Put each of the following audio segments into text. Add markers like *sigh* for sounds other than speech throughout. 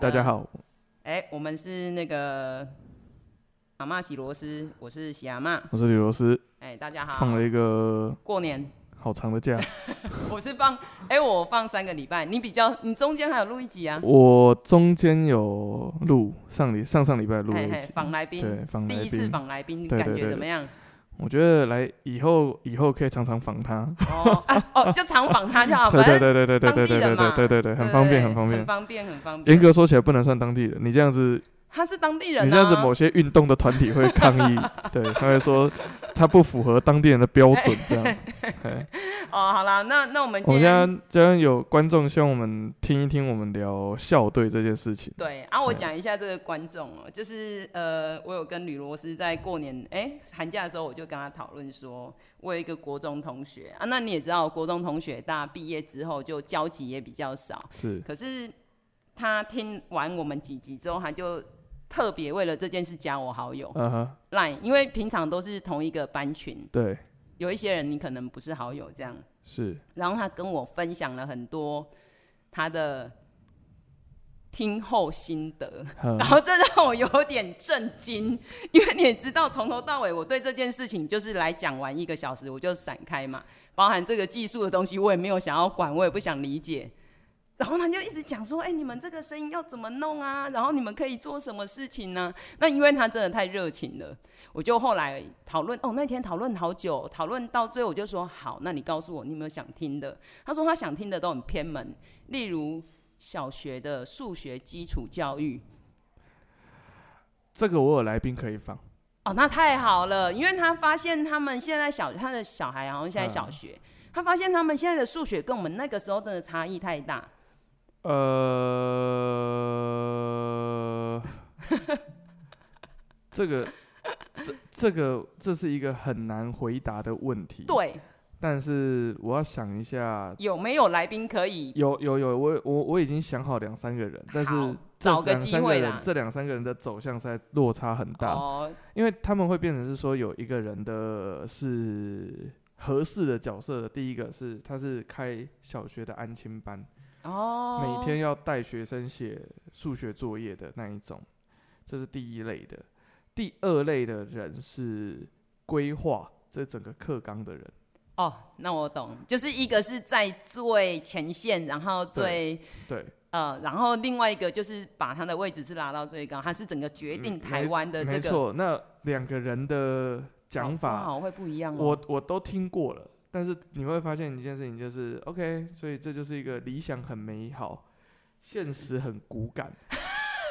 大家好，哎、我们是那个阿嬷洗螺丝，我是洗阿嬷。我是李罗斯，哎、大家好。放了一个过年，好长的 *laughs* 假。我是放，哎、我放三个礼拜，你比较，你中间还有录一集啊。我中间有录上礼上上礼拜录了嘿一嘿，集，访来宾，对，访第来一次宾。访来宾，对对感觉对怎么样？我觉得来以后以后可以常常访他。哦、啊，哦，就常访他就好，对反对正对对对对当对地对人对嘛对对对，很对方便对很方很便。方便，很方便。严格说起来不能算当地人，你这样子他是当地人啊。你这样子某些运动的团体会抗 *laughs* 议，对，他会说他不符合当地人的标 *laughs* 准这样。哎哦，好啦，那那我们我今们天现在既然有观众希望我们听一听我们聊校队这件事情，对，啊，我对讲一下这个观众哦、就是呃，我有跟吕罗斯在过年哎、寒假的时候，我就跟他讨论说，我有一个国中同学啊，那你也知道，国中同学大家毕业之后就交集也比较少，是可是他听完我们几集之后，他就特别为了这件事加我好友嗯哼， Line，因为平常都是同一个班群，对，有一些人你可能不是好友这样，是然后他跟我分享了很多他的听后心得。嗯然后这让我有点震惊， *laughs* 因为你也知道，从头到尾我对这件事情就是来讲完一个小时我就闪开嘛，包含这个技术的东西我也没有想要管，我也不想理解。然后他就一直讲说：“哎、你们这个声音要怎么弄啊？然后你们可以做什么事情呢、那因为他真的太热情了，我就后来讨论哦，那天讨论好久，讨论到最后我就说：好，那你告诉我你有没有想听的？他说他想听的都很偏门，例如小学的数学基础教育，这个我有来宾可以访，哦，那太好了，因为他发现他们现在小他的小孩好像现在小学，他发现他们现在的数学跟我们那个时候真的差异太大。呃， *laughs* 这个这这个这是一个很难回答的问题，，对，但是我要想一下，有没有来宾可以？有有有，我我我已经想好两三个人，但是好这找个两机三会人啦这两三个人的走向实在落差很大，哦，因为他们会变成是说有一个人的是合适的角色的，第一个是他是开小学的安亲班，每哦，天要带学生写数学作业的那一种，这是第一类的。第二类的人是规划这整个课纲的人，哦，那我懂，就是一个是在最前线，然后最对，呃，然后另外一个就是把他的位置是拉到最高，他是整个决定嗯台湾的这没个错。那两个人的讲法，好会不一样哦。我我都听过了，但是你会发现一件事情，就是 OK，所以这就是一个理想很美好，现实很骨感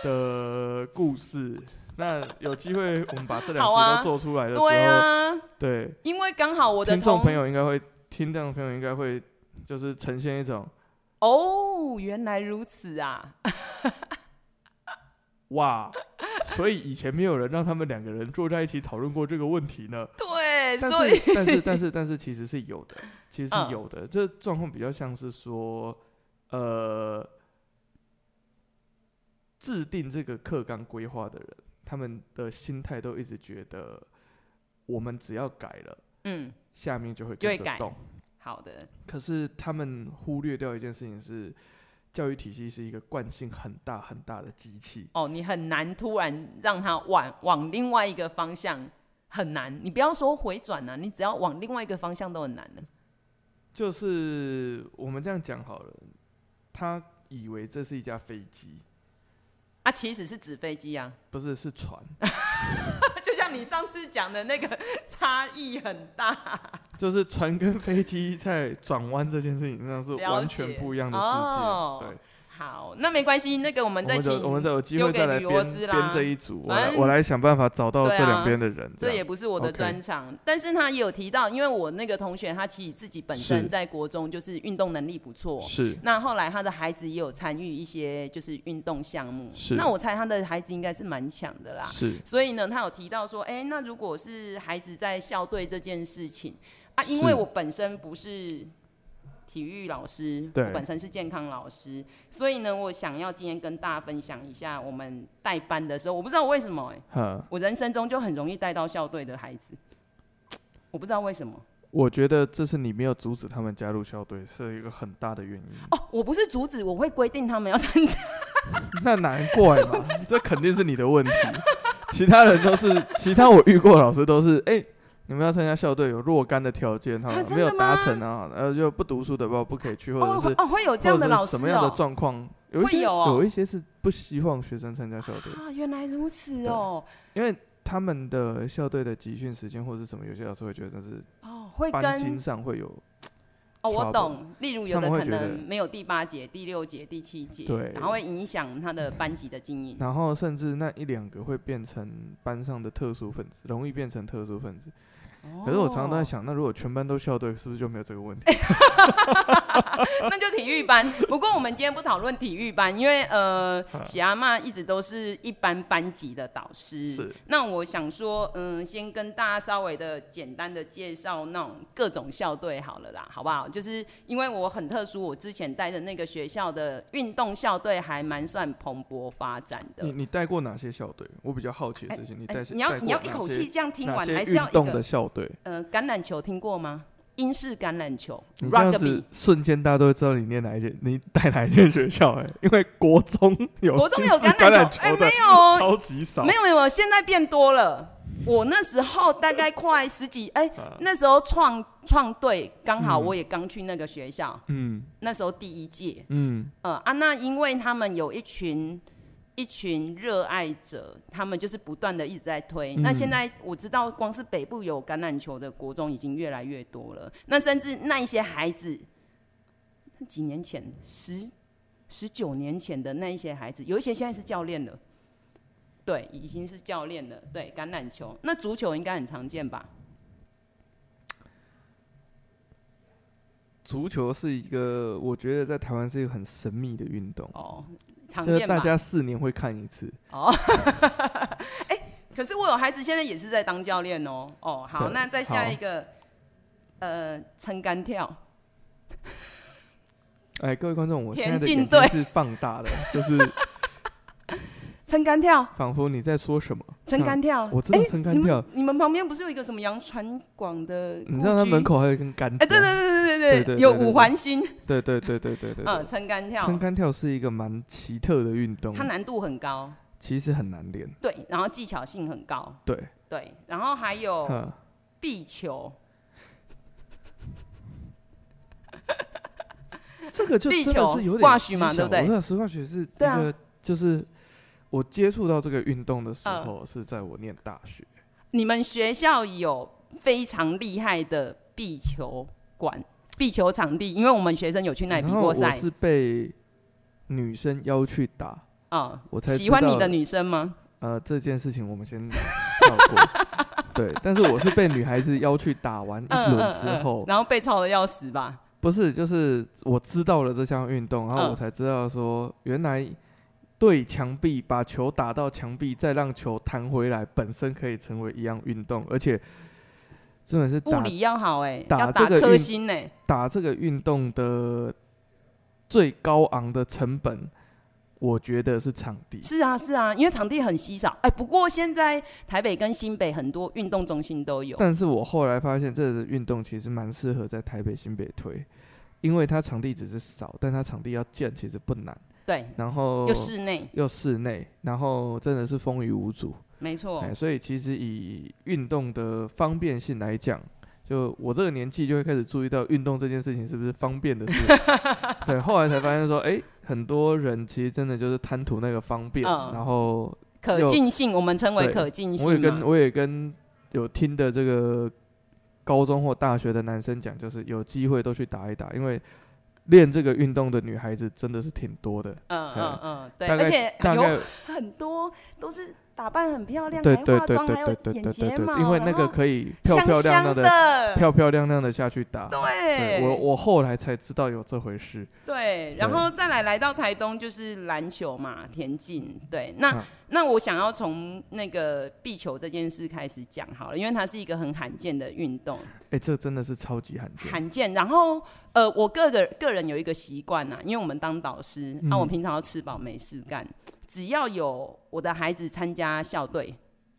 的故事。那有机会我们把这两好集啊都做出来的时候，对啊，对因为刚好我的听众同朋友应该会，听众朋友应该会，就是呈现一种哦，原来如此啊，哇，所以以前没有人让他们两个人坐在一起讨论过这个问题呢。对，但所以是但是但 *laughs* 是但是其实是有的，其实嗯是有的。这状况比较像是说，呃，制定这个课纲规划的人，他们的心态都一直觉得，我们只要改了，嗯，下面就会就跟会着改动。好的，可是他们忽略掉一件事情是，教育体系是一个惯性很大很大的机器。哦，你很难突然让它往往另外一个方向，很难。你不要说回转啊，你只要往另外一个方向都很难的。就是我们这样讲好了，他以为这是一架飞机，啊，其实是纸飞机啊， *laughs* 不是是船。就像你上次讲的那个 *laughs* 差异很大， *laughs* 就是船跟飞机在转弯这件事情上是了解完全不一样的世界。哦对，好，那没关系，那个我们我再们请，有我们再有机丢会给再来吕编罗斯编啦这一组，我反来正我来想办法找到对啊这两边的人。这样也不是我的 OK 专长但是他也有提到，因为我那个同学他其实自己本身是在国中就是运动能力不错，是那后来他的孩子也有参与一些就是运动项目，是那我猜他的孩子应该是蛮强的啦。是所以呢，他有提到说，哎、那如果是孩子在校队这件事情啊，因是为我本身不是体育老师，我对本身是健康老师，所以呢，我想要今天跟大家分享一下我们带班的时候，我不知道为什么、哎，哈，我人生中就很容易带到校队的孩子，我不知道为什么。我觉得这是你没有阻止他们加入校队是一个很大的原因。哦哦，我不是阻止，我会规定他们要参加。 *laughs* 那难怪 *laughs* 嘛，这肯定是你的问题。其他人都是，其他我遇过的老师都是，哎、你们要参加校队有若干的条件哈啊，真的没有达吗成啊，呃，就不读书的不不可以 *laughs* 去，或者是哦哦，会有或这样者的老是师什哦。么样的状况，有一会些有哦一些是不希望学生参加校队，啊，原来如此哦，因为他们的校队的集训时间或是什么，有些老师会觉得是哦，会班级跟上会有哦，我 trouble 懂。例如有他的们会可觉得能没有第八节、第六节、第七节，对然后会影响他的班级的经营。然后甚至那一两个会变成班上的特殊分子，容易变成特殊分子。哦可是我常常都在想，那如果全班都校队，是不是就没有这个问题？那就体育班。不过我们今天不讨论体育班，因为呃，嗯喜阿妈一直都是一般班级的导师。是。那我想说，嗯，先跟大家稍微的简单的介绍那种各种校队好了啦，好不好？就是因为我很特殊，我之前待的那个学校的运动校队还蛮算蓬勃发展的你。你带过哪些校队？我比较好奇的事情，你哎带些你要带过你要哪一口些气这样听哪完，些还是运要一动的个校队？呃橄榄球听过吗？英式橄榄球你这样 （rugby） 子。瞬间大家都会知道你念哪一间，你带哪一间学校、哎，因为国中有国中有新式橄榄榄球，哎、的没有哦，超级少，没有没有，现在变多了。我那时候大概快十几，哎、啊那时候创创队刚好我也刚去那个学校，嗯那时候第一届，嗯，呃啊，那因为他们有一群一群热爱者，他们就是不断的一直在推。那嗯现在我知道，光是北部有橄榄球的国中已经越来越多了，那甚至那一些孩子，那几年前十十九年前的那一些孩子，有一些现在是教练了。对，已经是教练了。对，橄榄球，那足球应该很常见吧？足球是一个我觉得在台湾是一个很神秘的运动，哦，常就是见吧大。家四年会看一次，可是我有孩子现在也是在当教练哦。哦，好，对那再下好一个，呃，撑杆跳，哎，各位观众，我现在的田径眼队睛是放大 *laughs* 的，就是撑杆跳，仿佛你在说什么。嗯撑杆跳。哎我知道撑杆你跳们，你们旁边不是有一个什么杨传广的？你知道它门？口还有一根杆子哎，吗？对对对对对对对有对对五环星，对对对对对对嗯，对。撑杆跳，撑杆跳是一个蛮奇特的运动它，难度很高，其实很难练。对，然后技巧性很高，对，对，然后还有嗯，壁球，这个就壁真的球是有点，squash 嘛稀对不少对我知道 squash 是一对啊个，就是我接触到这个运动的时嗯候是在我念大学。你们学校有非常厉害的壁球馆、壁球场地，因为我们学生有去那里然比后过我赛是被女生邀去打，啊。我才喜知欢你道的女生吗？呃，这件事情我们 *laughs* 先跳过。对，但是我是被女孩子邀去打完一嗯轮嗯之嗯后，，然后被操的要死吧？不是，就是我知道了这项运动，然后嗯我才知道说，原来对墙壁把球打到墙壁，再让球弹回来，本身可以成为一样运动，而且真的是物打理要好哎、打要打欸这个颗运星呢、打这个运动的最高昂的成本，我觉得是场地。是啊，是啊，因为场地很稀少。哎、不过现在台北跟新北很多运动中心都有。但是我后来发现，这个运动其实蛮适合在台北、新北推，因为它场地只是少，但它场地要建其实不难，对，然后就室内，又室内，然后真的是风雨无阻，没错哎、。 *laughs* 所以其实以运动的方便性来讲。就我这个年纪，就会开始注意到运动这件事情是不是方便的事。 *laughs* 对，后来才发现说，哎、很多人其实真的就是贪图那个方便，嗯然后可又进性，我们称为对可进我也性跟嘛。我也跟有听的这个高中或大学的男生讲，就是有机会都去打一打，因为练这个运动的女孩子真的是挺多的，嗯嗯嗯，对，哎大而概且大有概很多都是打扮很漂亮，对还对化对妆，还对有对对眼对睫对毛，对，因为那然个后可以漂香漂亮香亮的的，漂漂亮亮的下去打。对我对，我后来才知道有这回事，对，然后再来来到台东就是篮球嘛，田径。对，那、嗯那我想要从那个壁球这件事开始讲好了，因为它是一个很罕见的运动。哎，这真的是超级罕见。罕见。然后呃，我个个个人有一个习惯呐，因为我们当导师，那、嗯啊、我平常要吃饱没事干，只要有我的孩子参加校队。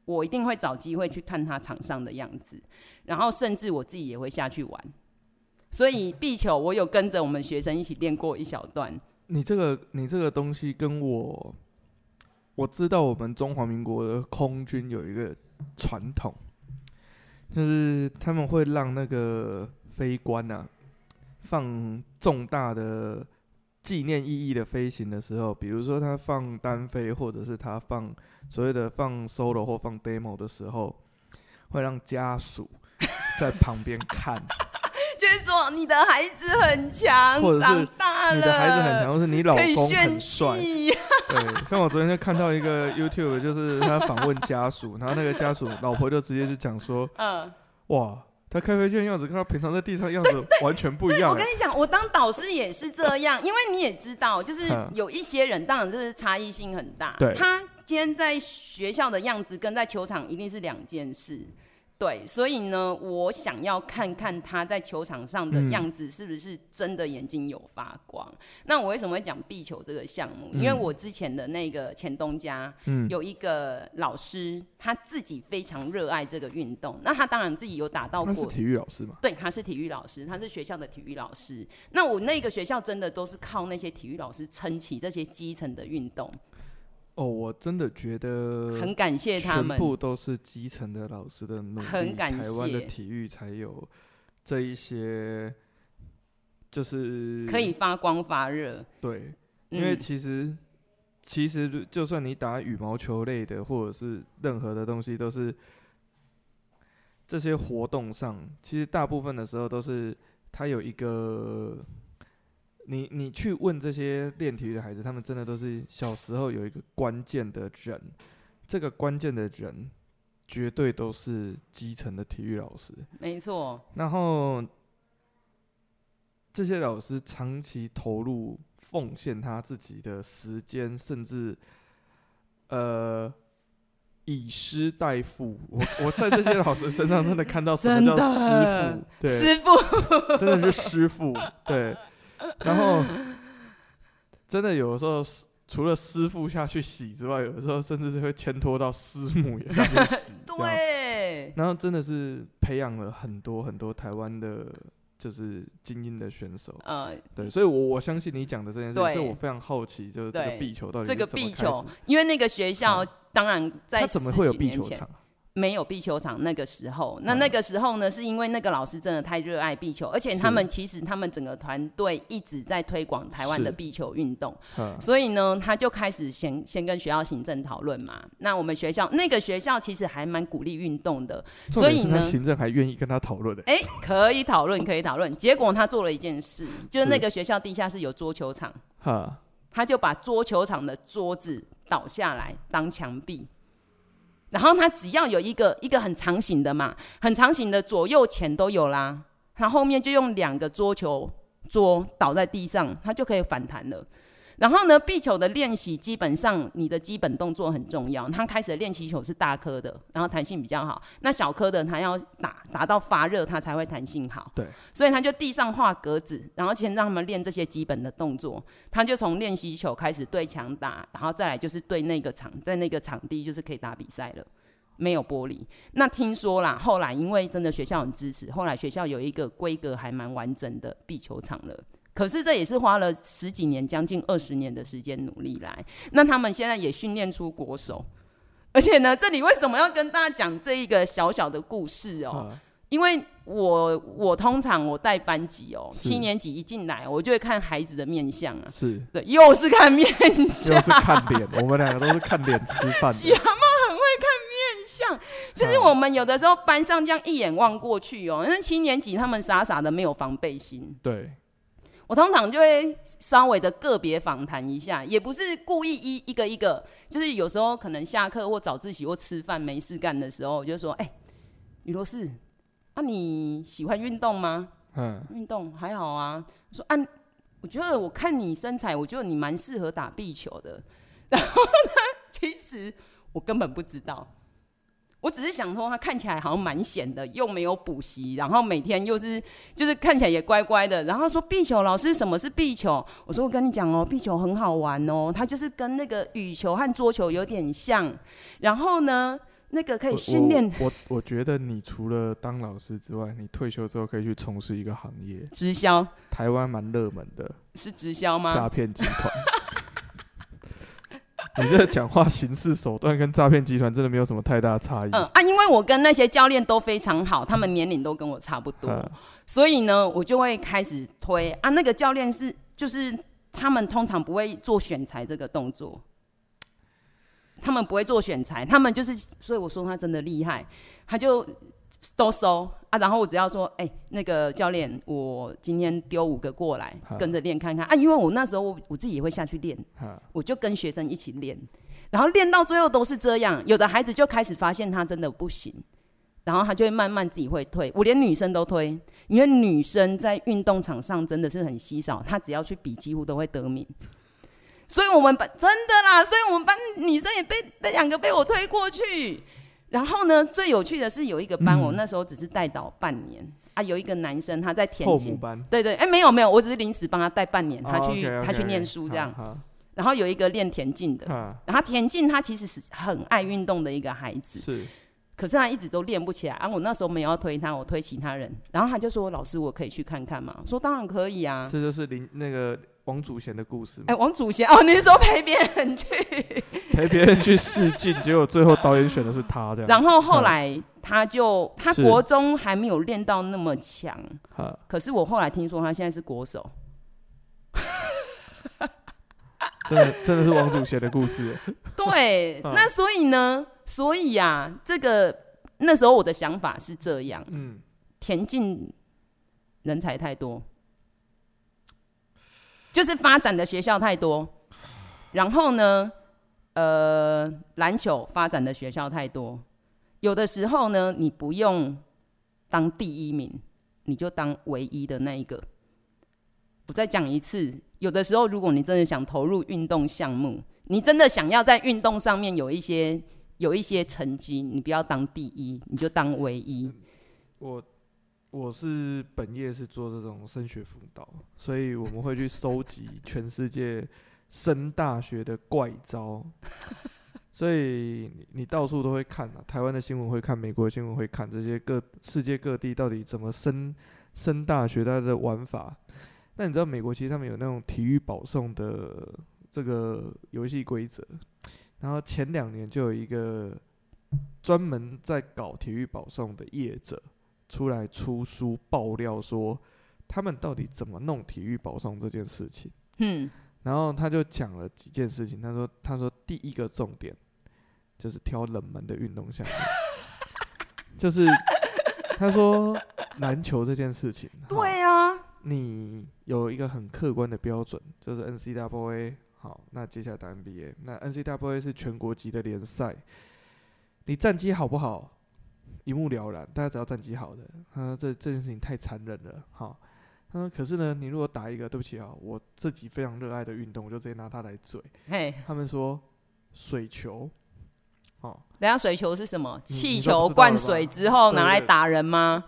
我一定会找机会去看他场上的样子，然后甚至我自己也会下去玩。所以壁球我有跟着我们学生一起练过一小段，你这个你这个东西跟我，我知道我们中华民国的空军有一个传统，就是他们会让那个飞官啊放重大的纪念意义的飞行的时候，比如说他放单飞，或者是他放所谓的放 solo 或放 demo 的时候，会让家属在旁边 *laughs* 看。就是说你的孩子很强或，者是长大了，你的孩子很强，或是你老可以公炫很帅，技，对，像我昨天就看到一个 YouTube，就是他访问家属，然后那个家属老婆就直接就讲说，嗯。哇，他开飞机的样子跟他平常在地上的样子完全不一样我欸、跟你讲，我当导师也是这样，因为你也知道，就是嗯有一些人，当然这是差异性很大。对他今天在学校的样子跟在球场一定是两件事。对，所以呢，我想要看看他在球场上的嗯样子是不是真的眼睛有发光。那我为什么会讲壁球这个项目？嗯因为我之前的那个前东家，嗯有一个老师，他自己非常热爱这个运动。那他当然自己有打到那过是体育老师嘛？对，他是体育老师，他是学校的体育老师。那我那个学校真的都是靠那些体育老师撑起这些基层的运动，哦，我真的觉得很感谢他呃全们。部都是基层的老师的努力，很感台湾的谢体育才有这一些，就是可以发光发热，对，因为嗯，其实、其实就就算你打羽毛球类的，或者是任何的东西，都是这些活动上，其实大部分的时候都是他有一个。你你去问这些练体育的孩子，他们真的都是小时候有一个关键的人，这个关键的人绝对都是基层的体育老师。没错，然后这些老师长期投入、奉献他自己的时间，甚至呃以师代父。我我在这些老师身上真的看到什么叫真师的傅，对，师傅，。真的是师傅，对。然后真的有的时候是。除了师傅下去洗之外，有的时候甚至是会牵拖到师母也下去 *laughs* 洗这样对，然后真的是培养了很多很多台湾的，就是精英的选手。呃，对，所以我，我相信你讲的这件事情，对所以我非常好奇，就是这对个壁球到底这是个怎么壁开始球，因为那个学校当然在它怎么会有40壁年球前场啊？没有壁球场那个时候，那嗯那个时候呢，是因为那个老师真的太热爱壁球，而且他是们其实他们整个团队一直在推广台湾的是壁球运动，嗯所以呢，他就开始先先跟学校行政讨论嘛。那我们学校那个学校其实还蛮鼓励运动的，重所点以是他呢行政还愿意跟他讨论的。 *laughs* 哎，可以讨论，可以讨论。结果他做了一件事，就是是那个学校地下室有桌球场， *laughs* 哈，他就把桌球场的桌子倒下来当墙壁，然后他只要有一个一个很长形的嘛，很长形的左右前都有啦，他后面就用两个桌球桌倒在地上，他就可以反弹了。然后呢，壁球的练习基本上你的基本动作很重要。他开始的练习球是大颗的，然后弹性比较好。那小颗的他要打打到发热，它才会弹性好。对，所以他就地上画格子，然后先让他们练这些基本的动作。他就从练习球开始对墙打，然后再来就是对那个场，在那个场地就是可以打比赛了。没有玻璃。那听说啦，后来因为真的学校很支持，后来学校有一个规格还蛮完整的壁球场了。可是这也是花了十几年，将近二十年的时间努力来。那他们现在也训练出国手，而且呢，这里为什么要跟大家讲这一个小小的故事哦？啊，因为我我通常我带班级哦，是七年级一进来，我就会看孩子的面相啊，是，对，又是看面又相， *laughs* 是看脸，我们两个都是看脸 *laughs* 吃饭喜阿的。妈很会看面相，就是我们有的时候班上这样一眼望过去哦，因为七年级他们傻傻的没有防备心，对，我通常就会稍微的个别访谈一下，也不是故意一一个一个，就是有时候可能下课或早自习或吃饭没事干的时候，我就说，哎、雨罗士，啊你喜欢运动吗？嗯，运动还好啊。我说啊，我觉得我看你身材，我觉得你蛮适合打壁球的。 *laughs* 然后呢，其实我根本不知道，我只是想说他看起来好像蛮闲的，又没有补习，然后每天又是就是看起来也乖乖的。然后说壁球老师什么是壁球？我说我跟你讲哦，壁球很好玩哦，它就是跟那个羽球和桌球有点像。然后呢，那个可我以训练我我我觉得你除了当老师之外，你退休之后可以去从事一个行业，直销，台湾蛮热门的是直销吗诈？骗集团。 *laughs* 你这讲话行事手段跟诈骗集团真的没有什么太大差异。嗯啊，因为我跟那些教练都非常好，他们年龄都跟我差不多，啊所以呢，我就会开始推啊。那个教练是就是他们通常不会做选材这个动作，他们不会做选材，他们就是所以我说他真的厉害，他就都收啊。然后我只要说，哎、那个教练，我今天丢五个过来啊，跟着练看看啊。因为我那时候我我自己也会下去练，啊我就跟学生一起练，然后练到最后都是这样。有的孩子就开始发现他真的不行，然后他就会慢慢自己会退。我连女生都推，因为女生在运动场上真的是很稀少，她只要去比，几乎都会得名。所以我们班真的啦，所以我们班女生也被被两个被我推过去。然后呢，最有趣的是有一个班，我那时候只是带导半年啊，有一个男生他在田后母径，班，对对，哎没有没有，我只是临时帮他带半年，他哦去、 ，OK，OK，OK，他去念书这样。哈然后有一个练田径的，哈哈然后田径他其实是很爱运动的一个孩子，是可是他一直都练不起来。啊，我那时候没有要推他，我推其他人，然后他就说：“老师，我可以去看看吗？”我说：“当然可以啊。这就是林那个王祖贤的故事”嘛哎，，王祖贤哦，你是说陪别人去？陪别人去试镜，结果最后导演选的是他这样。然后后来他就他啊是国中还没有练到那么强，哈可是我后来听说他现在是 *laughs* 国手，真的真的是王祖贤的故事，对，嗯那所以呢，所以呀、啊，这个那时候我的想法是这样。嗯，田径人才太多，就是发展的学校太多，然后呢，呃，篮球发展的学校太多，有的时候呢，你不用当第一名，你就当唯一的那一个。我再讲一次，有的时候如果你真的想投入运动项目，你真的想要在运动上面有一些有一些成绩，你不要当第一，你就当唯一。我我是本业是做这种升学辅导，所以我们会去收集全世界升大学的怪招，所以你你到处都会看啊，台湾的新闻会看，美国的新闻会看，这些各世界各地到底怎么升升大学，它的玩法。那你知道美国其实他们有那种体育保送的这个游戏规则，然后前两年就有一个专门在搞体育保送的业者出来出书爆料说，他们到底怎么弄体育保送这件事情。嗯，然后他就讲了几件事情，他说他说第一个重点就是挑冷门的运动项目，就是他说篮球这件事情，哈对啊，你有一个很客观的标准，就是 NCAA。好，那接下来打 NBA。那 NCAA 是全国级的联赛，你战绩好不好，一目了然。大家只要战绩好的，他说这这件事情太残忍了。好，他说可是呢，你如果打一个，对不起啊，我自己非常热爱的运动，我就直接拿它来嘴。嘿，他们说水球，哦，等下水球是什么？嗯你气你都不知道了球吧灌水之后拿来对对打人吗？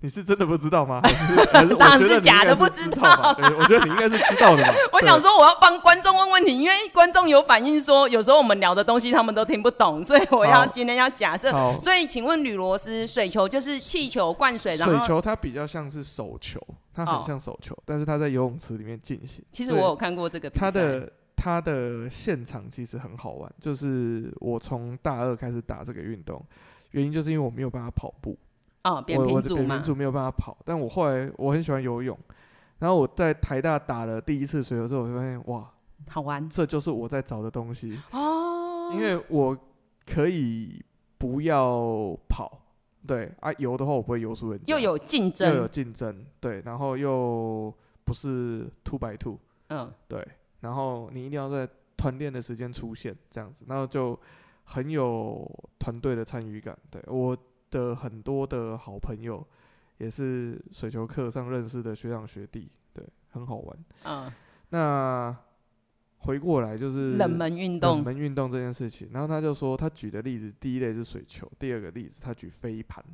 你是真的不知道吗？还是还是我当然觉得是你应假该的不是知道吧道。对我觉得你应该是知道的吧 *laughs* 我对想说，我要帮观众问问题，因为观众有反映说，有时候我们聊的东西他们都听不懂，所以我要好今天要假设。好，所以，请问吕罗斯，水球就是气球灌水，然水后球它比较像是手球，它哦很像手球，但是它在游泳池里面进行。其实所以我有看过这个比赛。它的它的现场其实很好玩，就是我从大二开始打这个运动，原因就是因为我没有办法跑步，哦，扁我平我的足扁嘛平，足没有办法跑，但我后来我很喜欢游泳，然后我在台大打了第一次水球之后，我就发现哇，好玩这就是我在找的东西，哦。因为我可以不要跑，对啊，游的话我不会游输人家，又有竞又有争，竞争，对，然后又不是 two by two，嗯，对，然后你一定要在团练的时间出现，这样子，然后就很有团队的参与感。对我的很多的好朋友也是水球课上认识的学长学弟，对，很好玩。嗯，那回过来就是冷门运冷动，门运动这件事情，然后他就说他举的例子，第一类是水球，第二个例子他举飞盘，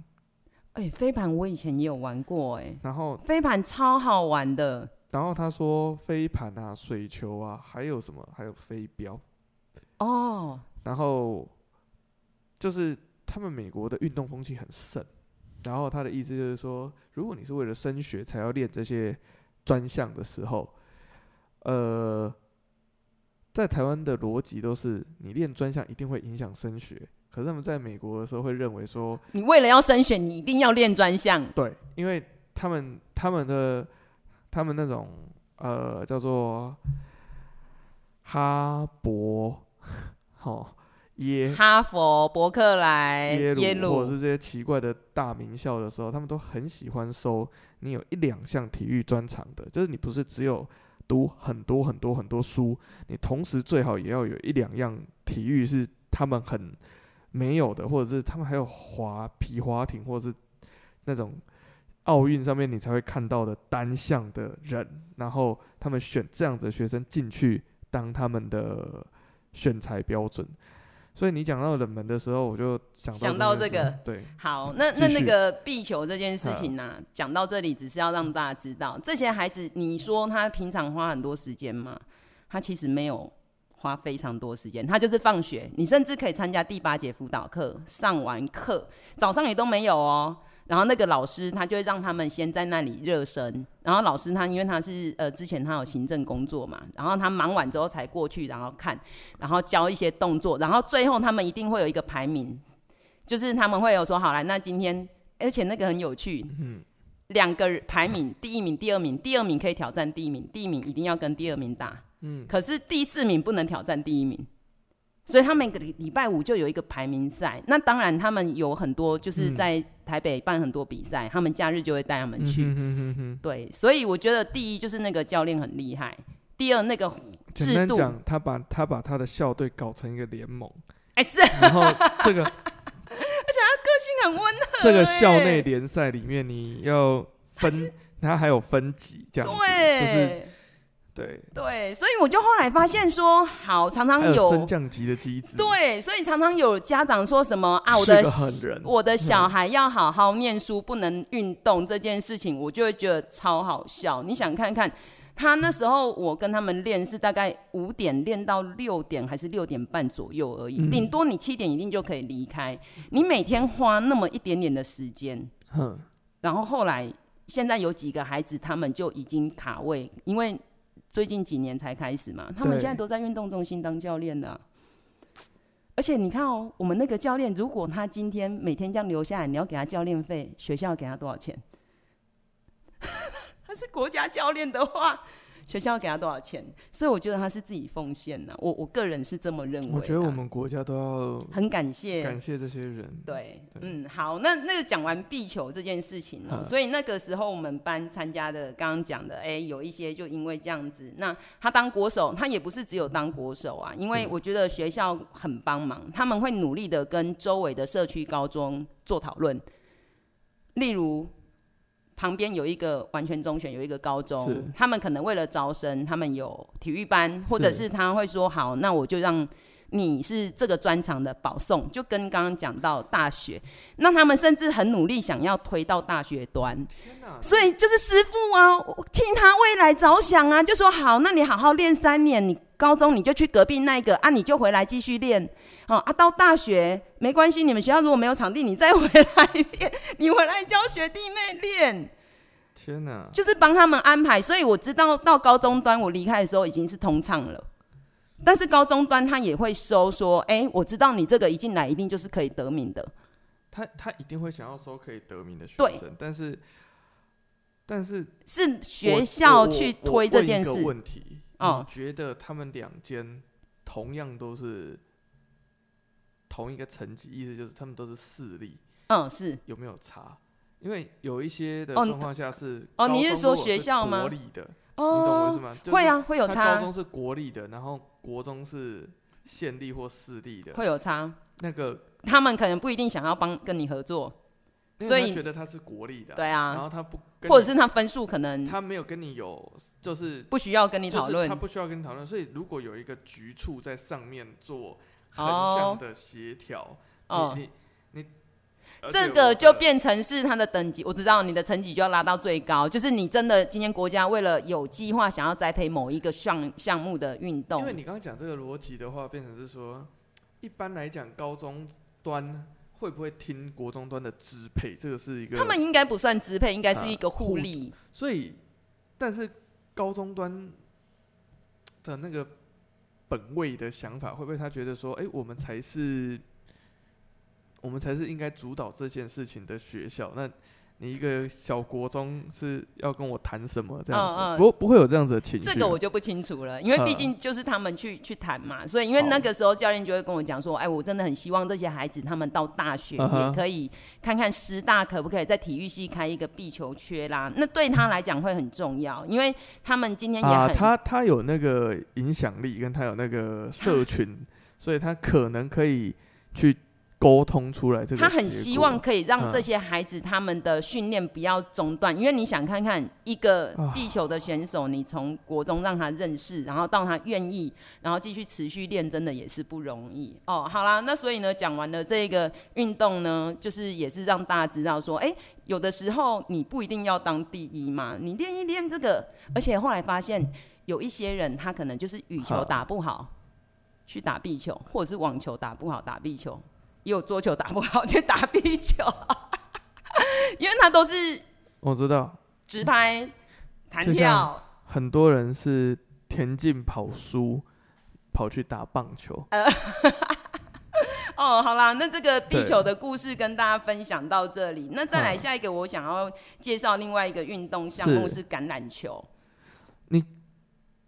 哎，飞盘我以前也有玩过，哎，然后飞盘超好玩的，然后他说飞盘啊、水球啊，还有什么？还有飞镖。哦，然后就是他们美国的运动风气很盛，然后他的意思就是说，如果你是为了升学才要练这些专项的时候，呃，在台湾的逻辑都是你练专项一定会影响升学，可是他们在美国的时候会认为说，你为了要升选，你一定要练专项。对，因为他们他们的他们那种呃叫做哈勃，哦耶哈佛、伯克莱、耶耶鲁或者鲁，是这些奇怪的大名校的时候，他们都很喜欢收你有一两项体育专长的，就是你不是只有读很多很多很多书，你同时最好也要有一两样体育是他们很没有的，或者是他们还有滑皮划艇，或者是那种奥运上面你才会看到的单项的人，然后他们选这样子的学生进去当他们的选材标准。所以你讲到冷门的时候，我就想到想到件这个事，对，好，那那继那续嗯个壁球这件事情呢、啊讲到这里，只是要让大家知道，这些孩子，你说他平常花很多时间吗？他其实没有花非常多时间，他就是放学，你甚至可以参加第八节辅导课，上完课早上也都没有哦。然后那个老师他就会让他们先在那里热身，然后老师他因为他是呃之前他有行政工作嘛，然后他忙完之后才过去，然后看，然后教一些动作，然后最后他们一定会有一个排名，就是他们会有说好了，那今天而且那个很有趣，嗯，两个人排名，第一名、第二名，第二名可以挑战第一名，第一名一定要跟第二名打，嗯，可是第四名不能挑战第一名，所以他每个礼礼拜五就有一个排名赛。那当然，他们有很多就是嗯在台北办很多比赛，他们假日就会带他们去。嗯哼哼哼对，所以我觉得第一就是那个教练很厉害，第二那个哼制简单度讲，他把他把他的校队搞成一个联 *laughs* 盟，哎是性然后这个很温 *laughs* 和欸这个校内联赛里面你要分，它还有分级这样子，就是对。对，对，所以我就后来发现说，好，常常还有有升降级的机制，对，所以常常有家长说什么啊，我是的个嗯狠人我的小孩要好好念书，不能运动这件事情，我就会觉得超好笑。你想看看，他那时候我跟他们练是大概五点练到六点还是六点半左右而已，嗯顶多你七点一定就可以离开。你每天花那么一点点的时间，哼，然后后来现在有几个孩子他们就已经卡位，因为最近几年才开始嘛，他们对现在都在运动中心当教练了啊、而且你看哦，我们那个教练，如果他今天每天这样留下来，你要给他教练费，学校给他多少钱？ *laughs* 他是国家教练的话，学校给他多少钱？所以我觉得他是自己奉献呐、我我个人是这么认为啦。我觉得我们国家都要很感谢，感谢这些人，对，对嗯，好，那那个讲完壁球这件事情哦、嗯所以那个时候我们班参加的，刚刚讲的，哎、有一些就因为这样子，那他当国手，他也不是只有当国手啊，因为嗯我觉得学校很帮忙，他们会努力的跟周围的社区高中做讨论，例如。旁边有一个完全中学，有一个高是中，他们可能为了招生，他们有体育班，或者是是他会说好，那我就让你是这个专长的保送，就跟刚刚讲到大学，那他们甚至很努力想要推到大学端，天哪，所以就是师傅啊，我替他未来着想啊，就说好，那你好好练三年，你高中你就去隔壁那一个啊，你就回来继续练，好、啊，到大学没关系，你们学校如果没有场地，你再回来练，你回来教学弟妹练。天哪，就是帮他们安排，所以我知道到高中端我离开的时候已经是通畅了。但是高中端他也会收说，哎、我知道你这个一进来一定就是可以得名的，他他一定会想要收可以得名的学对生，但是但是是我学校我去我推这问一件个事。问题，哦你觉得他们两间同样都是同一个层级，意思就是他们都是势力，嗯，是有没有差？因为有一些的哦你状况下是哦高中你是说如果学校吗国立的，你懂我意思哦，吗？就是会啊，会有它高差中，是国立的，然后国中是县立或市立的，会有差。啊那个他们可能不一定想要帮跟你合作，因为所他以觉得他是国立的啊，对然啊，后他不跟或者你是他分数可能他没有跟你有就是不需要跟你就讨是论他。不需要跟你讨论。所以如果有一个局处在上面做横向哦的协调，哦你你你而这且个我就的变成是他的等级，我知道你的层级就要拉到最高，就是你真的今天国家为了有计划想要栽培某一个项项目的运动因为，你刚刚讲这个逻辑的话，变成是说，一般来讲，高中端会不会听国中端的支配，这个是一个他们应该不算支配，应该是一个啊互利。所以，但是高中端的那个本位的想法，会不会他觉得说，哎、我们才是，我们才是应该主导这件事情的学校？那你一个小国中是要跟我谈什么这样子？嗯嗯不不会有这样子的情绪啊。这个我就不清楚了，因为毕竟就是他们去去谈嘛，所以因嗯为好那个时候教练就会跟我讲说，哎，我真的很希望这些孩子他们到大学嗯哼也可以看看师大可不可以在体育系开一个壁球缺啦，那对他来讲会很重要，因为他们今天也啊，很他他有那个影响力，跟他有那个社 *laughs* 群，所以他可能可以去沟通出来这个。他很希望。可以让嗯这些孩子他们的训练不要中断，因为你想看看一个啊壁球的选手，你从国中让他认识，然后到他愿意，然后继续持续练，真的也是不容易哦。好啦，那所以呢，讲完了这个运动呢，就是也是让大家知道说，哎、有的时候你不一定要当第一嘛，你练一练这个，而且后来发现有一些人他可能就是羽球好打不好，去打壁球，或者是网球打不好打壁球，也有桌球打不好去打壁球， *laughs* 因为他都是我知道直拍、弹就跳像。很多人是田径跑输，跑去打棒球。哦，好啦，那这个壁对球的故事跟大家分享到这里。那再来嗯下一个，我想要介绍另外一个运动项目是是橄榄球。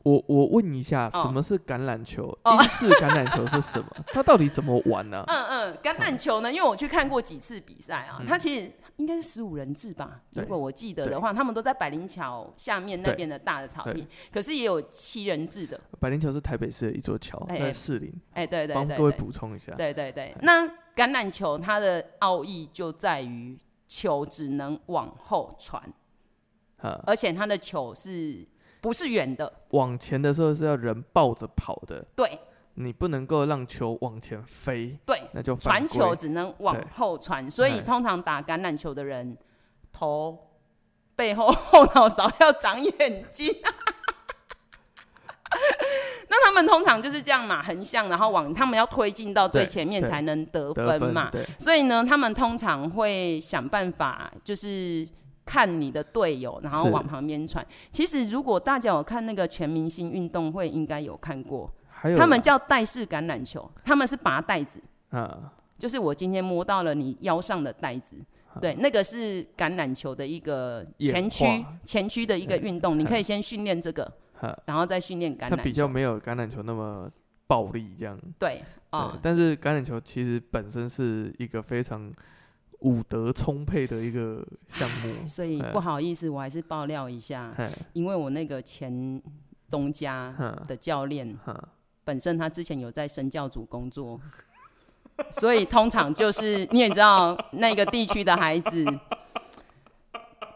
我我问一下，哦什么是橄榄球？哦英式橄榄球是什么？ *laughs* 它到底怎么玩啊呢、嗯嗯，橄榄球呢，因为我去看过几次比赛啊，嗯它其实应该是十五人制吧，对如果我记得的话，他们都在百灵桥下面那对边的大的草地对，可是也有七人制的。百灵桥是台北市的一座桥，哎在士林，哎、对对帮对各位对，补啊充一下。对对对。那橄榄球它的奥义就在于球只能往后传，啊，而且它的球是不是远的？往前的时候是要人抱着跑的，对你不能够让球往前飞，对，那就犯传球规只能往后传，所以哎通常打橄榄球的人头。背后 *laughs* 后脑勺要长眼睛，那他们通常就是这样嘛，横向，然后往他们要推进到最对前面对才能得得分嘛。对，所以呢，他们通常会想办法，就是看你的队友，然后是往旁边传。其实，如果大家有看那个全明星运动会，应该有看过，还有他们叫带式橄榄球，他们是拔带子，啊，就是我今天摸到了你腰上的带子。对，那个是橄榄球的一个演前驱化，前驱的一个运动。你可以先训练这个嗯，然后再训练橄它比榄较球。没有橄榄球那么暴力这样。对啊。对，，但是橄榄球其实本身是一个非常武德充沛的一个项目 *laughs* 所以哎不好意思，我还是爆料一下，嘿因为我那个前东家哼的教练哼本身他之前有在神教组工作， *laughs* 所以通常就是你也知道那个地区的孩子。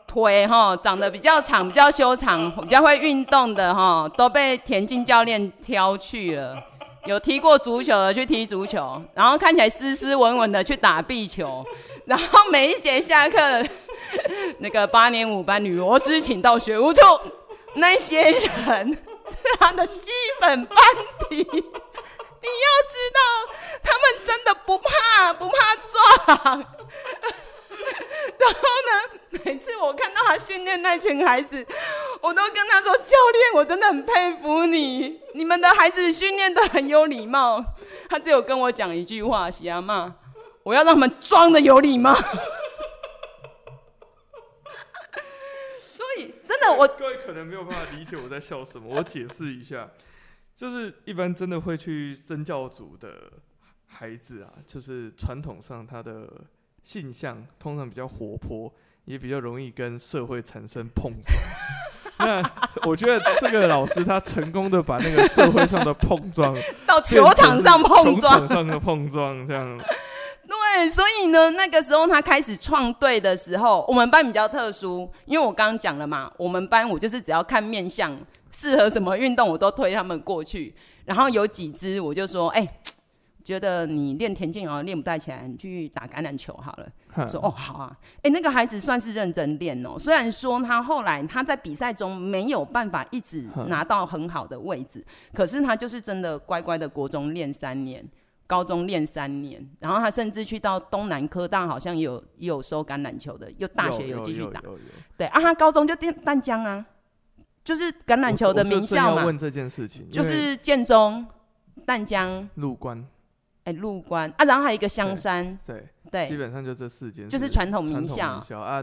腿哈长得比较长、比较修长、比较会运动的哈，都被田径教练挑去了。有踢过足球的去踢足球，然后看起来斯斯文文的去打壁球，然后每一节下课，那个八年五班女螺丝请到学务处，那些人是他的基本班底。 *laughs* 你要知道，他们真的不怕，不怕撞。然后 *laughs* 呢，每次我看到他训练那群孩子，我都跟他说：“教练，我真的很佩服你，你们的孩子训练的很有礼貌。”他只有跟我讲一句话：“喜阿妈，我要让他们装的有礼貌。” *laughs* 所以，真的，我各位可能没有办法理解我在笑什么，我解释一下，就是一般真的会去身教组的孩子啊，就是传统上他的性向通常比较活泼，也比较容易跟社会产生碰撞。 *laughs* 那我觉得这个老师他成功的把那个社会上的碰撞到球场上碰球撞，场上的碰撞这 *laughs* 样。对，所以呢，那个时候他开始创队的时候，我们班比较特殊，因为我刚刚讲了嘛，我们班我就是只要看面相，适合什么运动我都推他们过去。然后有几支我就说，哎、觉得你练田径好像练不太起来，你去打橄榄球好了。 *laughs* 哼说哦好啊，哎、那个孩子算是认真练哦。虽然说他后来他在比赛中没有办法一直哼拿到很好的位置，可是他就是真的乖乖的国中练三年，高中练三年，然后他甚至去到东南科大，好像也有也有收橄榄球的，又大学有继续有打。有有有对啊，他高中就淡淡江啊，就是橄榄球的名我校我就正要嘛，问这件事情，就因为是建中、淡江、入关，哎、陆关啊，然后还有一个香山，对，基对，本上就这四间，就是传统传统名名校。校啊。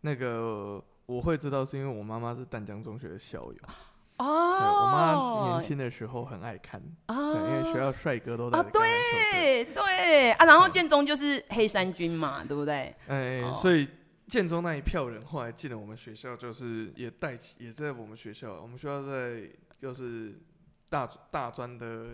那个我会知道，是因为我妈妈是淡江中学的校友，对我妈哦年，轻的时候很爱看，啊对，因为学校帅哥都在啊橄榄球队，对对啊，然后对建中就是黑山军嘛，对不对？哎，哦所以建中那一票人后来进了我们学校，就是也带起，也在我们学校，我们学校在就是大大专的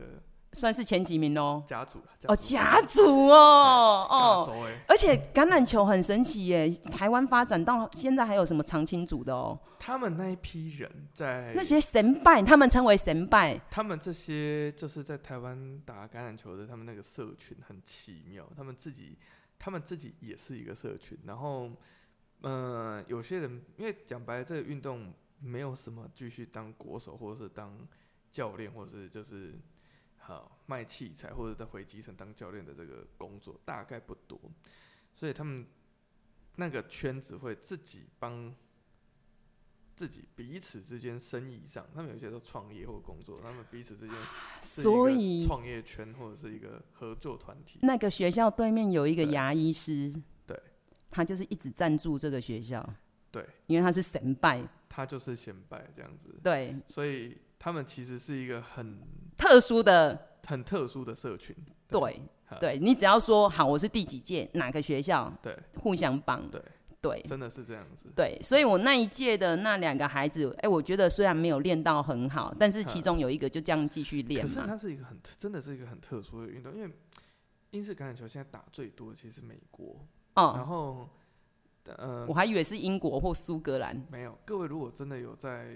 算是前几名喽。甲组啦哦，组甲组哦，大哦，洲哎，而且橄榄球很神奇耶，台湾发展到现在还有什么常青组的哦，他们那一批人在那些神拜，他们称为神拜，他们这些就是在台湾打橄榄球的，他们那个社群很奇妙，他们自己他们自己也是一个社群，然后嗯、呃有些人因为讲白了，这个运动没有什么继续当国手或者是当教练，或者是就是好卖器材或者再回基层当教练的这个工作大概不多，所以他们那个圈子会自己帮自己彼此之间生意上，他们有些都创业或工作，他们彼此之间是一个所以创业圈或者是一个合作团体，那个学校对面有一个对牙医师，对，他就是一直赞助这个学校，对，因为他是神拜，他就是显摆这样子，对，所以他们其实是一个很特殊的，很特殊的社群，对哈对，你只要说好我是第几届哪个学校，对，互相帮，对对真的是这样子，对，所以我那一届的那两个孩子，哎、我觉得虽然没有练到很好，但是其中有一个就这样继续练可是嘛。它是一个很特真的是一个很特殊的运动，因为英式橄榄球现在打最多的其实是美国，然哦，后呃我还以为是英国或苏格兰。没有，各位如果真的有在，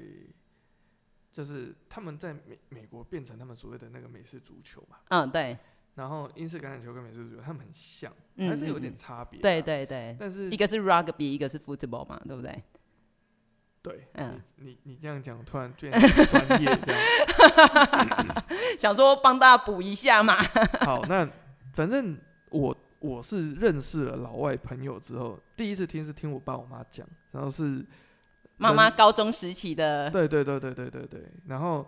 就是他们在美美国变成他们所谓的那个美式足球嘛，嗯，对，然后英式橄榄球跟美式足球他们很像，嗯还是有嗯点嗯差别、啊对，对对，但是一个是 rugby，一个是 football 嘛，对不对？对，嗯你你你这样讲，突然变得很专业 *laughs* 这样。想说帮大家补一下嘛。好，那反正我我是认识了老外朋友之后，第一次听是听我爸我妈讲，然后是嗯妈妈高中时期的，对对对对对对对，然后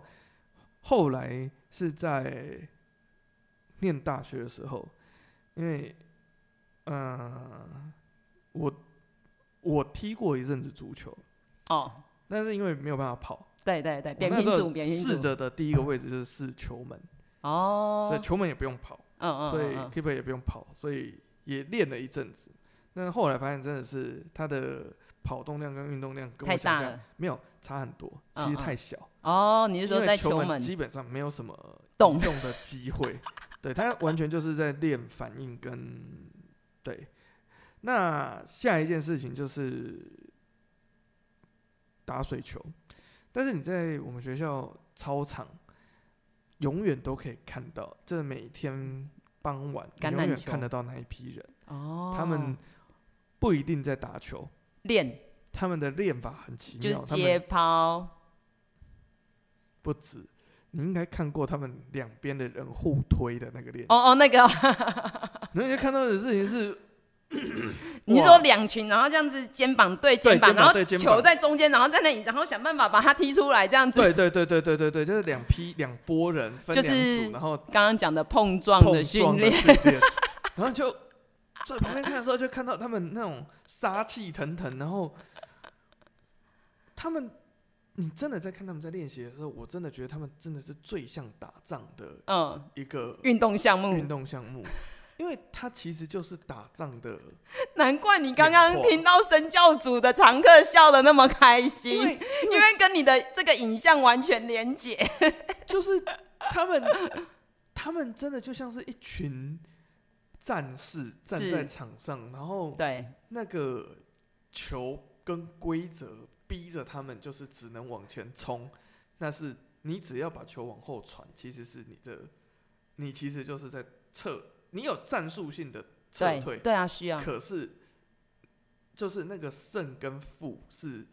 后来是在念大学的时候，因为嗯、呃我我踢过一阵子足球，哦，但是因为没有办法跑，对对对，我哎扁那平时足，候扁平试足。着的第一个位置就是试球门，哦所以，球门也不用跑。嗯嗯，所以嗯 keeper 也不用跑，所以也练了一阵子。但后来发现真的是他的跑动量跟运动量跟太我大想象了。没有差很多，其嗯实嗯太小。哦，你是因说为在球球门？基本上没有什么动移动的机 *laughs* 会，对他完全就是在练反应跟对。那下一件事情就是打水球，但是你在我们学校操场永远都可以看到，就是每天傍晚你橄榄永远球看得到那一批人，哦，他们不一定在打球，练他们的练法很奇就是妙，他接们抛，不止。你应该看过他们两边的人互推的那个练哦哦，那个哦，，那你就看到的事情是你哇说两群，然后这样子肩膀对肩膀，肩膀然后对肩膀球在中间，然后在那里，然后想办法把它踢出来，这样子。对对对对对对对，就是两批两拨人分就两组，是然后刚刚讲的碰撞碰的训撞的练，训练，然后就在旁边看的时候就看到他们那种杀气腾腾，然后他们，你真的在看他们在练习的时候，我真的觉得他们真的是最像打仗的嗯，一个运动项目运。动项目，因为它其实就是打仗的。难怪你刚刚演化听到神教组的常客笑的那么开心，因为因为因为跟你的这个影像完全连结。就是他们，他们真的就像是一群战士站是在场上，然后对，那个球跟规则逼着他们，就是只能往前冲。但是你只要把球往后传，其实是你这，你其实就是在撤，你有战术性的撤对，啊退，对啊，需要。可是就是那个胜跟负是，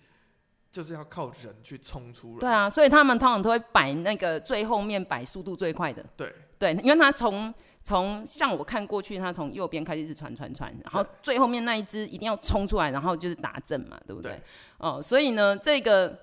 就是要靠人去冲出来。对啊，所以他们通常都会摆那个最后面摆速度最快的。对对，因为他从从像我看过去，他从右边开始一直传传传，然后最后面那一只一定要冲出来，然后就是打正嘛，对不对？对哦，所以呢，这个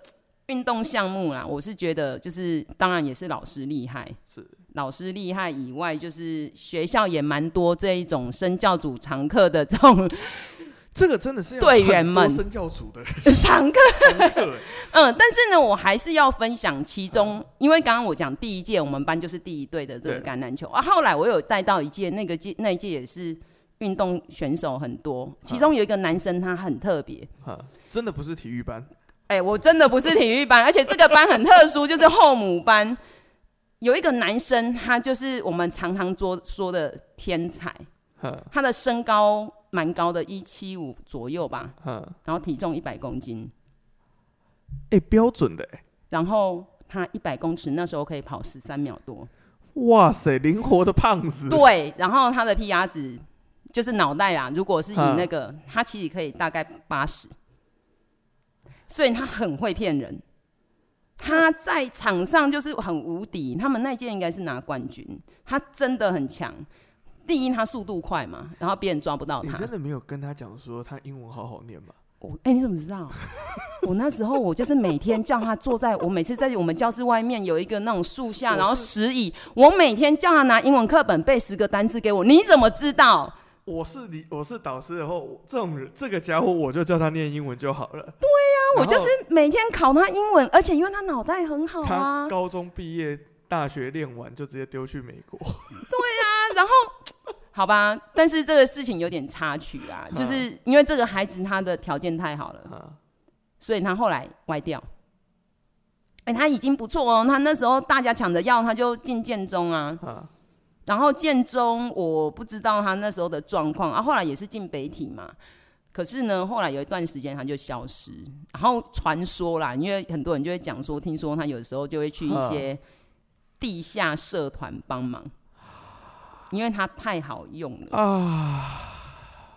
运动项目啊啦，我是觉得就是当然也是老师厉害，是老师厉害以外，就是学校也蛮多这一种身教组常客的这种 *laughs* 这个真的是要队很员多们身教组的欸常客。功 *laughs* 课，嗯，但是呢，我还是要分享其中，因为刚刚我讲第一届我们班就是第一队的这个对橄榄球啊，后来我有带到一届，那个届那一届也是运动选手很多，其中有一个男生他很特别。哈，真的不是体育班，哎、我真的不是体育班，而且这个班很特殊，就是后母班。有一个男生，他就是我们常常说说的天才，哈他的身高蛮高的，一七五左右吧，哈，然后体重一百公斤，哎，标准的，哎，然后他一百公尺那时候可以跑十三秒多，哇塞，灵活的胖子，对，啊然后他的 PR 值就是脑袋啊，如果是以嗯那个，他其实可以大概八十，所以他很会骗人。他在场上就是很无敌，他们那一届应该是拿冠军，他真的很强。第一，他速度快嘛，然后别人抓不到你他真。的没有跟他讲说他英文好好念吗？我哎、你怎么知道？我那时候我就是每天叫他坐在我每次在我们教室外面有一个那种树下，我然后是石椅，我每天叫他拿英文课本背十个单字给我。你怎么知道？我是你，我是导师，然后我这种人，这个家伙我就叫他念英文就好了。对呀、啊我就是每天考他英文，而且因为他脑袋很好啊他，高中毕业，大学练完就直接丢去美国。好吧。但是这个事情有点插曲啊，嗯就是因为这个孩子他的条件太好了，啊，所以他后来歪掉。哎、他已经不错哦，他那时候大家抢着要，他就进建中啊。啊然后建中我不知道他那时候的状况啊，后来也是进北体嘛。可是呢，后来有一段时间他就消失，然后传说啦，因为很多人就会讲说，听说他有时候就会去一些地下社团帮忙，因为他太好用了。啊，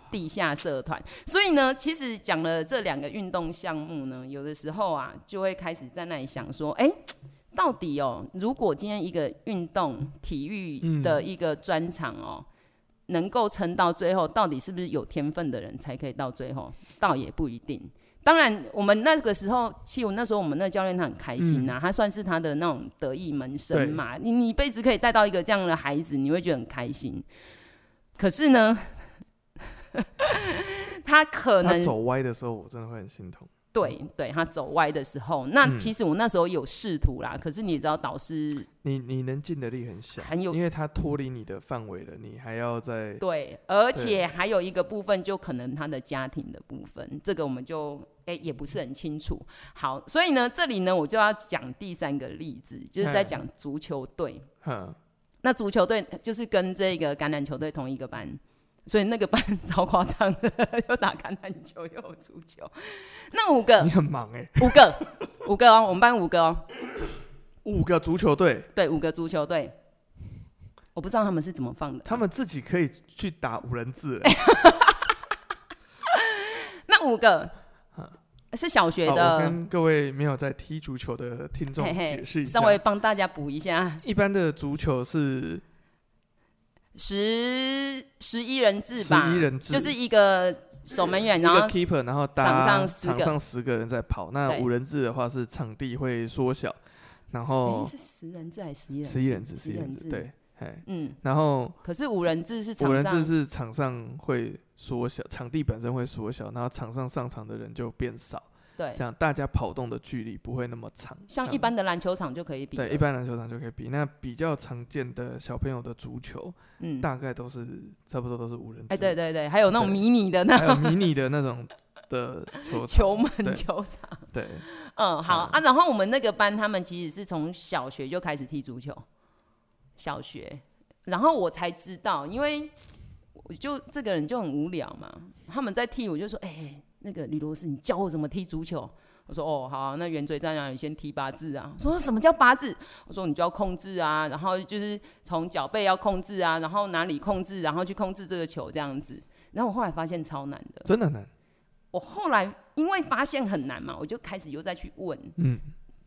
地下社团。所以呢，其实讲了这两个运动项目呢，有的时候啊，就会开始在那里想说，哎、到底哦，如果今天一个运动体育的一个专场哦。能够撑到最后，到底是不是有天分的人才可以到最后？倒也不一定。当然，我们那个时候，其实我那时候我们那教练他很开心呐、啊他算是他的那种得意门生嘛。你你一辈子可以带到一个这样的孩子，你会觉得很开心。可是呢， *laughs* 他可他能走歪的时候，我真的会很心痛。对对，他走歪的时候，那嗯其实我那时候有试图啦，可是你也知道导师你你能尽的力很小，很有因为他脱离你的范围了，你还要在对，而对且还有一个部分，就可能他的家庭的部分，这个我们就哎、也不是很清楚。好，所以呢，这里呢我就要讲第三个例子，就是在嗯讲足球队。哼那足球队就是跟这个橄榄球队同一个班，所以那个班 *laughs* 超夸张的，又打橄榄球又有足球。那五个你，很忙哎、五个， *laughs* 五个哦，我们班五个哦。五个足球队，对，五个足球队，我不知道他们是怎么放的。他们自己可以去打五人制了、哎那五个是小学啊好我的，跟各位没有在踢足球的听众嘿解释嘿，一下，稍微帮大家补一下，一般的足球是十十一人制吧， 11人制就是一个守门员，一然个后 keeper，然后搭场上10个场上10个人在跑。那对五人制的话是场地会缩小，然后诶是十人制还哎是十一人？哦十一人制，十十一一人人制制，，对，哎，嗯，然后可是五人制是五场人制上。是场上会缩小，场地本身会缩小，然后场上上场的人就变少，对这，样大家跑动的距离不会那么长。像这一样般的篮球场就可以比了。对一般篮球场就可以比。那比较常见的小朋友的足球，嗯，大概都是差不多都是五人制，哎，对对对，还有那种对迷你的还那有种迷你的那种 *laughs* 的球场球门对球场。对。嗯，好、啊。然后我们那个班，他们其实是从小学就开始踢足球，小学。然后我才知道，因为我就这个人就很无聊嘛，他们在踢，我就说，哎、那个吕罗斯，你教我怎么踢足球。我说哦好啊、那圆锥在哪里？先踢八字啊。说什么叫八字？我说你就要控制啊，然后就是从脚背要控制啊，然后哪里控制，然后去控制这个球这样子。然后我后来发现超难的。真的很难。我后来因为发现很难嘛，我就开始又再去问。嗯，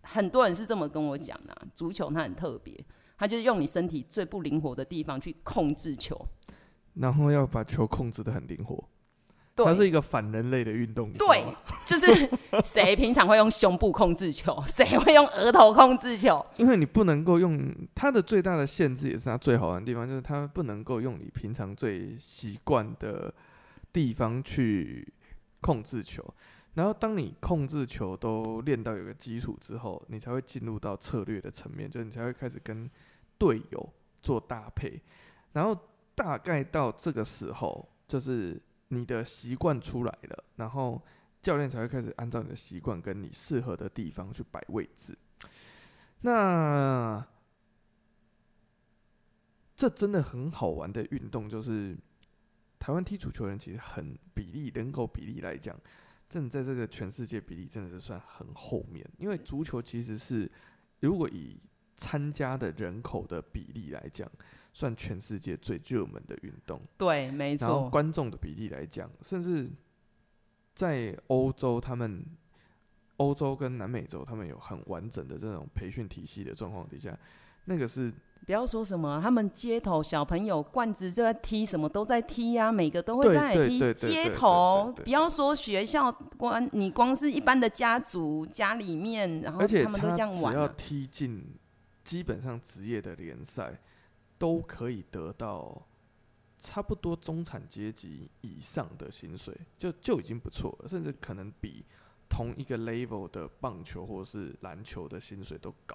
很多人是这么跟我讲的、啊足球它很特别，它就是用你身体最不灵活的地方去控制球。然后要把球控制的很灵活，对，它是一个反人类的运动。你知道对吗，就是谁平常会用胸部控制球，谁会用额头控制球？因为你不能够用它的最大的限制，也是它最好玩的地方，就是它不能够用你平常最习惯的地方去控制球。然后，当你控制球都练到有个基础之后，你才会进入到策略的层面，就是你才会开始跟队友做搭配。然后，大概到这个时候，就是你的习惯出来了，然后教练才会开始按照你的习惯跟你适合的地方去摆位置。那这真的很好玩的运动，就是台湾踢足球人其实很比例人口比例来讲，真的在这个全世界比例真的是算很后面，因为足球其实是如果以参加的人口的比例来讲，算全世界最热门的运动。对，没然后错，观众的比例来讲，甚至在欧洲，他们欧洲跟南美洲，他们有很完整的这种培训体系的状况底下，那个是不要说什么，他们街头小朋友罐子就在踢，什么都在踢呀、每个都会对在对踢对对对街对头对。对不要说学校，光你光是一般的家族家里面，然后而且哦们都这样只玩、要啊。踢进基本上职业的联赛，都可以得到差不多中产阶级以上的薪水，就就已经不错了，甚至可能比同一个 level 的棒球或是篮球的薪水都高。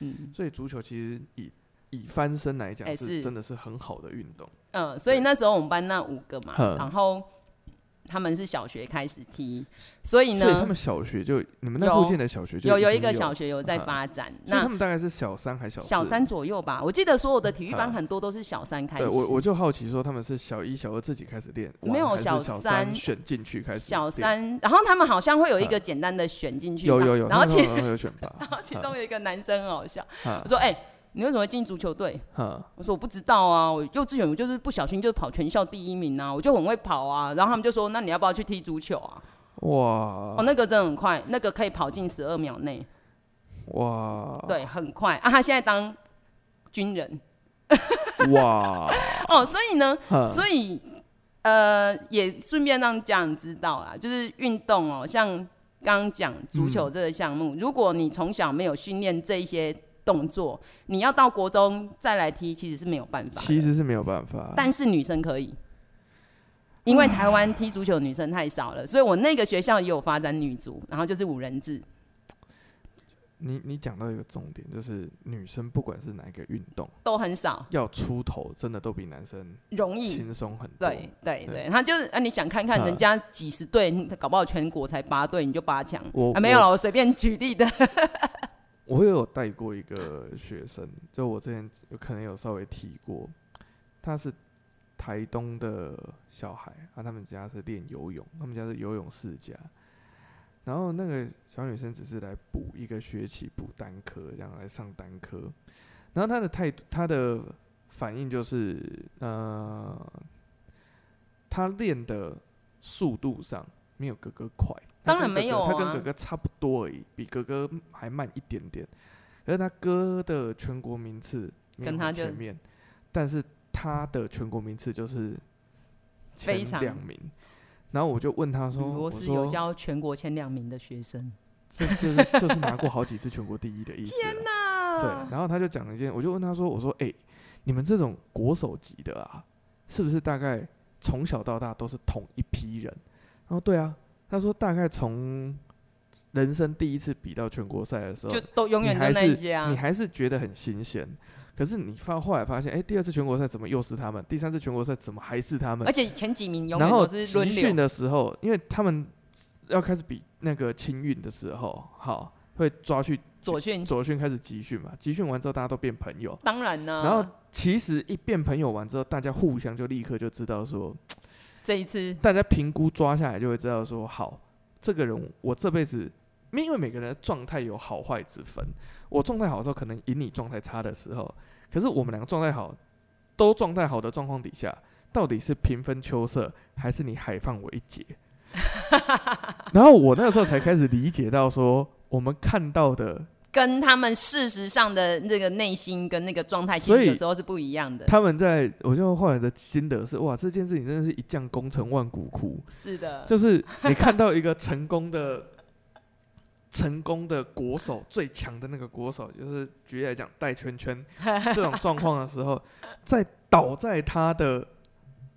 嗯所以足球其实以以翻身来讲哎是是真的是很好的运动。嗯，所以那时候我们班那五个嘛，哼然后他们是小学开始踢，所以所以他呢们，小学就你们那附近的小学就有有已一经个有小，学有在嗯发展。所以他那们大概是小三还是小四小三左右吧，我记得所有的体育班嗯很多都是小三开始。对我我就好奇说他们是小一小二自己开始练，玩没有还是小小三选进去开始练小三，然后他们好像会有一个简单的选进去吧，有有有，然后他其们然好像有选 *laughs* 拔，后其中有一个男生很好笑，哈我说：“哎、你为什么会进足球队哈哈？”我说：“我不知道啊，我幼稚园我就是不小心就跑全校第一名啊，我就很会跑啊。”然后他们就说：“那你要不要去踢足球啊？”哦，哇那个真的很快，那个可以跑进十二秒内，哇对，很快啊。他现在当军人 *laughs* 哇，哦，所以 *laughs* 呢，哈所以呃，也顺便让家长知道啦，就是运动哦，像刚刚讲足球这个项嗯目，如果你从小没有训练这一些动作，你要到国中再来踢，其实是没有办法的。其实是没有办法，但是女生可以。因为台湾踢足球女生太少了，所以我那个学校也有发展女足，然后就是五人制。你你讲到一个重点，就是女生不管是哪一个运动，都很少，要出头真的都比男生容易。轻松很多。嗯对对对对，他就是啊，你想看看嗯人家几十队，你搞不好全国才八队，你就八强。我啊，没有我了，我随便举例的。我有带过一个学生，就我之前有可能有稍微提过，他是台东的小孩啊，他们家是练游泳，他们家是游泳世家。然后那个小女生只是来补一个学期补单科，这样来上单科。然后她的态度，她的反应就是，呃，她练的速度上没有哥哥快，她当然跟哥没哥有她啊跟哥哥差不多而已，比哥哥还慢一点点。可是他哥的全国名次没有跟他很就前面，但是他的全国名次就是非前常两名。然后我就问他比说：“ *laughs* 罗我斯有说教全国前两名的学生，这就是就是拿过好几次全国第一的意思。”天哪！对，然后他就讲了一件，我就问他说：“我说，哎、你们这种国手级的啊，是不是大概从小到大都是同一批人？”然后对啊，他说大概从人生第一次比到全国赛的时候，就都永远你就还那是一些你啊。还是觉得很新鲜。可是你发后来发现，哎、第二次全国赛怎么又是他们？第三次全国赛怎么还是他们而？且前几名永远然后都是集轮训流。的时候，因为他们要开始比那个青运的时候，好会抓去左训左训开始集训嘛，集训完之后大家都变朋友，当然呢，然后其实一变朋友完之后，大家互相就立刻就知道说，这一次大家评估抓下来就会知道说，好，这个人我这辈子，因为每个人的状态有好坏之分，我状态好的时候可能赢你状态差的时候，可是我们两个状态好，都状态好的状况底下，到底是平分秋色，还是你海放我一截？然后我那个时候才开始理解到说，我们看到的跟他们事实上的那个内心跟那个状态，其所实以有时候是不一样的。他们在，我就后来的心得是，哇，这件事情真的是一将功成万骨枯，是的，就是你看到一个成功的。成功的国手最强的那个国手，就是举例来讲戴圈圈 *laughs* 这种状况的时候，在倒在他的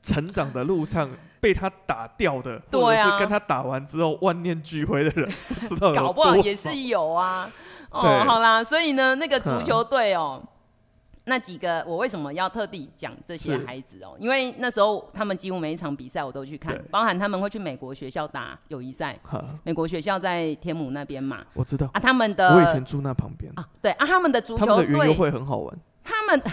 成长的路上被他打掉的，或对者啊是跟他打完之后万念俱灰的 *laughs* 人，不知道有搞不好多也少是有啊。哦对，嗯好啦，所以呢，那个足球队哦，那几个我为什么要特地讲这些是孩子哦？因为那时候他们几乎每一场比赛我都去看对，包含他们会去美国学校打友谊赛，哈，美国学校在天母那边嘛。我知道，啊，他们的我以前住那旁边，啊，对啊，他们的足他们球的云游队会很好玩，他们 *laughs*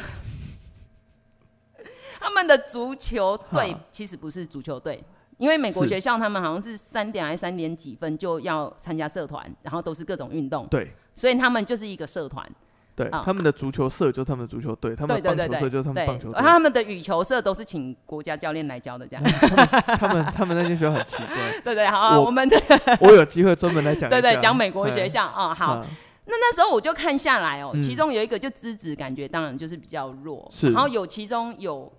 他们的足球队哈其实不是足球队，因为美国是学校他们好像是三点还是三点几分就要参加社团，然后都是各种运动，对所以他们就是一个社团。对，啊他们的足球社就是他们的足球队，他们对的对棒对球社就是他们对，棒球队而，他们的羽球社都是请国家教练来教 *laughs* 的，这样他们他们那间学校很奇怪，对对。好啊，我我们这 *laughs* 我有机会专门来讲一下，对对讲美国学嗯，校啊，好。嗯，那那时候我就看下来哦，嗯其中有一个就资质感觉当然就是比较弱，是然后有其中有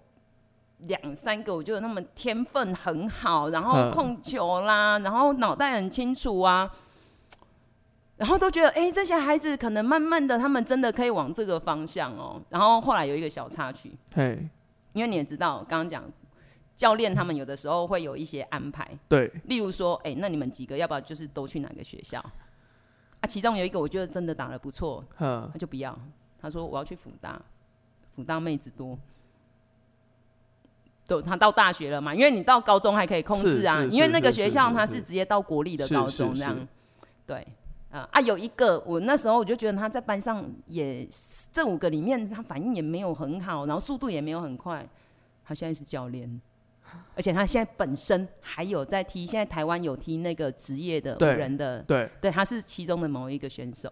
两三个，我觉得他们天分很好，然后嗯控球啦，然后脑袋很清楚啊，然后都觉得哎、诶这些孩子可能慢慢的他们真的可以往这个方向哦。然后后来有一个小插曲，嘿，因为你也知道，刚刚讲教练他们有的时候会有一些安排，对，例如说，哎、那你们几个要不要就是都去哪个学校？啊，其中有一个我觉得真的打得不错，嗯，他就不要，他说我要去辅大，辅大妹子多。对，他到大学了嘛，因为你到高中还可以控制啊，是是因为那个是是学校是它是是直接到国立的高中是是这样是。对，啊啊，有一个我那时候我就觉得他在班上也这五个里面他反应也没有很好，然后速度也没有很快，他现在是教练。而且他现在本身还有在踢，现在台湾有踢那个职业的无对人的对，对，他是其中的某一个选手。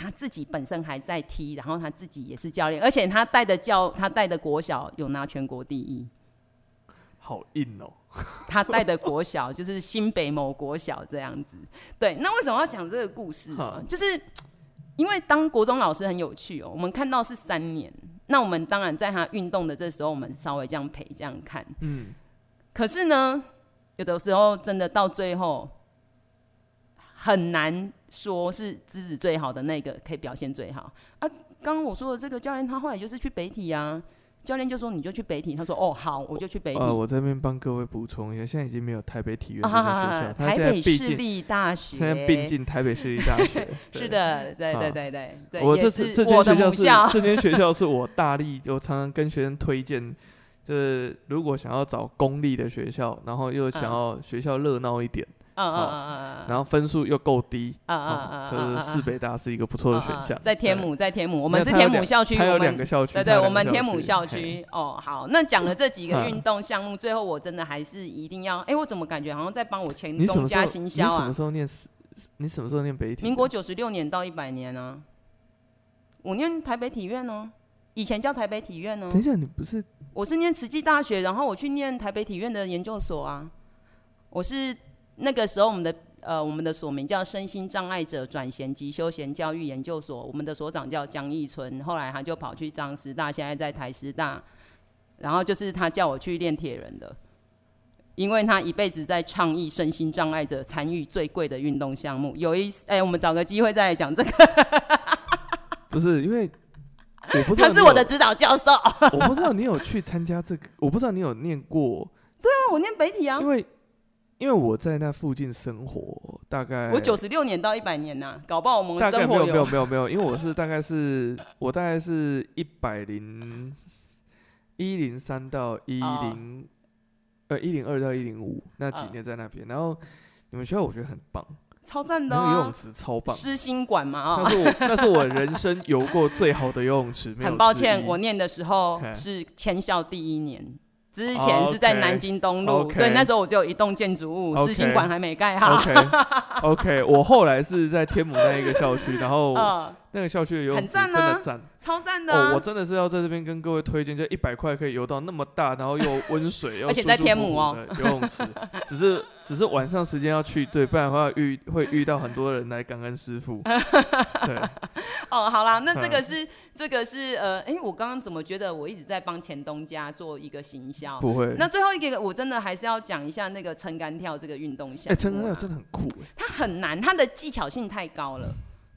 他自己本身还在踢，然后他自己也是教练，而且他带的教他带的国小有拿全国第一，好硬哦，他带的国小就是新北某国小这样子。对，那为什么要讲这个故事呢好？就是因为当国中老师很有趣哦，我们看到是三年，那我们当然在他运动的这时候，我们稍微这样陪这样看，嗯，可是呢，有的时候真的到最后很难说是资质最好的那个可以表现最好啊。刚刚我说的这个教练，他后来就是去北体啊，教练就说你就去北体，他说哦好，我就去北体。呃，我这边帮各位补充一下，现在已经没有台北体院这间学校，啊，它台现在北毕市竟立大现在并学，，进台北市立大学 *laughs* 是的，对对对对对，我也这是次这我间的学母校校是这间学校是我大力，我常常跟学生推荐，就是如果想要找公立的学校，然后又想要学校热闹一点，嗯嗯嗯嗯嗯然后分数又够低，嗯啊，嗯就嗯是嗯市嗯，北大是一个不错的选项。在天对，母，在天母，我我们是天母校区，它有我两们个校区，哎对它有对，我两个们天母校嘿区哦，好，那讲了这几个嗯运动项目，最后我真的还是一定要，哎，我怎么感觉好像在帮我前你什东么时候家行销你什么啊？时候念四？你什么时候念北体？民国九十六年到一百年啊，我念台北体院呢、以前叫台北体院哦呢、等一下，你不是我是念慈济大学，然后我去念台北体院的研究所啊，我是那个时候我们的。呃，我们的所名叫身心障碍者转衔及休闲教育研究所，我们的所长叫江义春，后来他就跑去彰师大，现在在台师大，然后就是他叫我去练铁人的，因为他一辈子在倡议身心障碍者参与最贵的运动项目。有一哎、我们找个机会再来讲这个，不是因为我不知道他你是我有的指导教 *laughs* 授。啊，我不知道你有去参加这个，我不知道你有念过，我念北体啊因，为因为我在那附近生活，大概我九十六年到一百年呐、搞不好我们大概的生没活有没有没有没有，因为我是大概是我大概是一百零一零三到一零、呃一零二到一零五那几哦年在那边，然后你们学校我觉得很棒，超赞的那个游啊泳！池超棒，诗心馆嘛啊、 *laughs* 那是我那是我人生游过最好的游泳池，没有很抱之歉，一我念的时候 *laughs* 嘿是迁校第一年，之哦前是在 OK，南京东路 OK 所以那时候我只有一栋建筑物， OK 诗心馆还没盖好。 *laughs* OK OK，我后来是在天母那一个校区，然后嗯，那个校区的游泳很池赞真的啊赞。 *laughs* 超赞的、啊哦，我真的是要在这边跟各位推荐，就一百块可以游到那么大，然后又 *laughs* 温水，又而且在舒舒天服母服哦的游泳池，只是只是晚上时间要去，对，不然的话遇会遇到很多人来感恩师 *laughs* 傅。对，哦，好啦，那这个是、这嗯个是呃，哎、我刚刚怎么觉得我一直在帮前东家做一个行销？不会。那最后一个，我真的还是要讲一下那个撑杆跳这个运动项哎，目、陈哥真的很酷哎，它很难，它的技巧性太高了。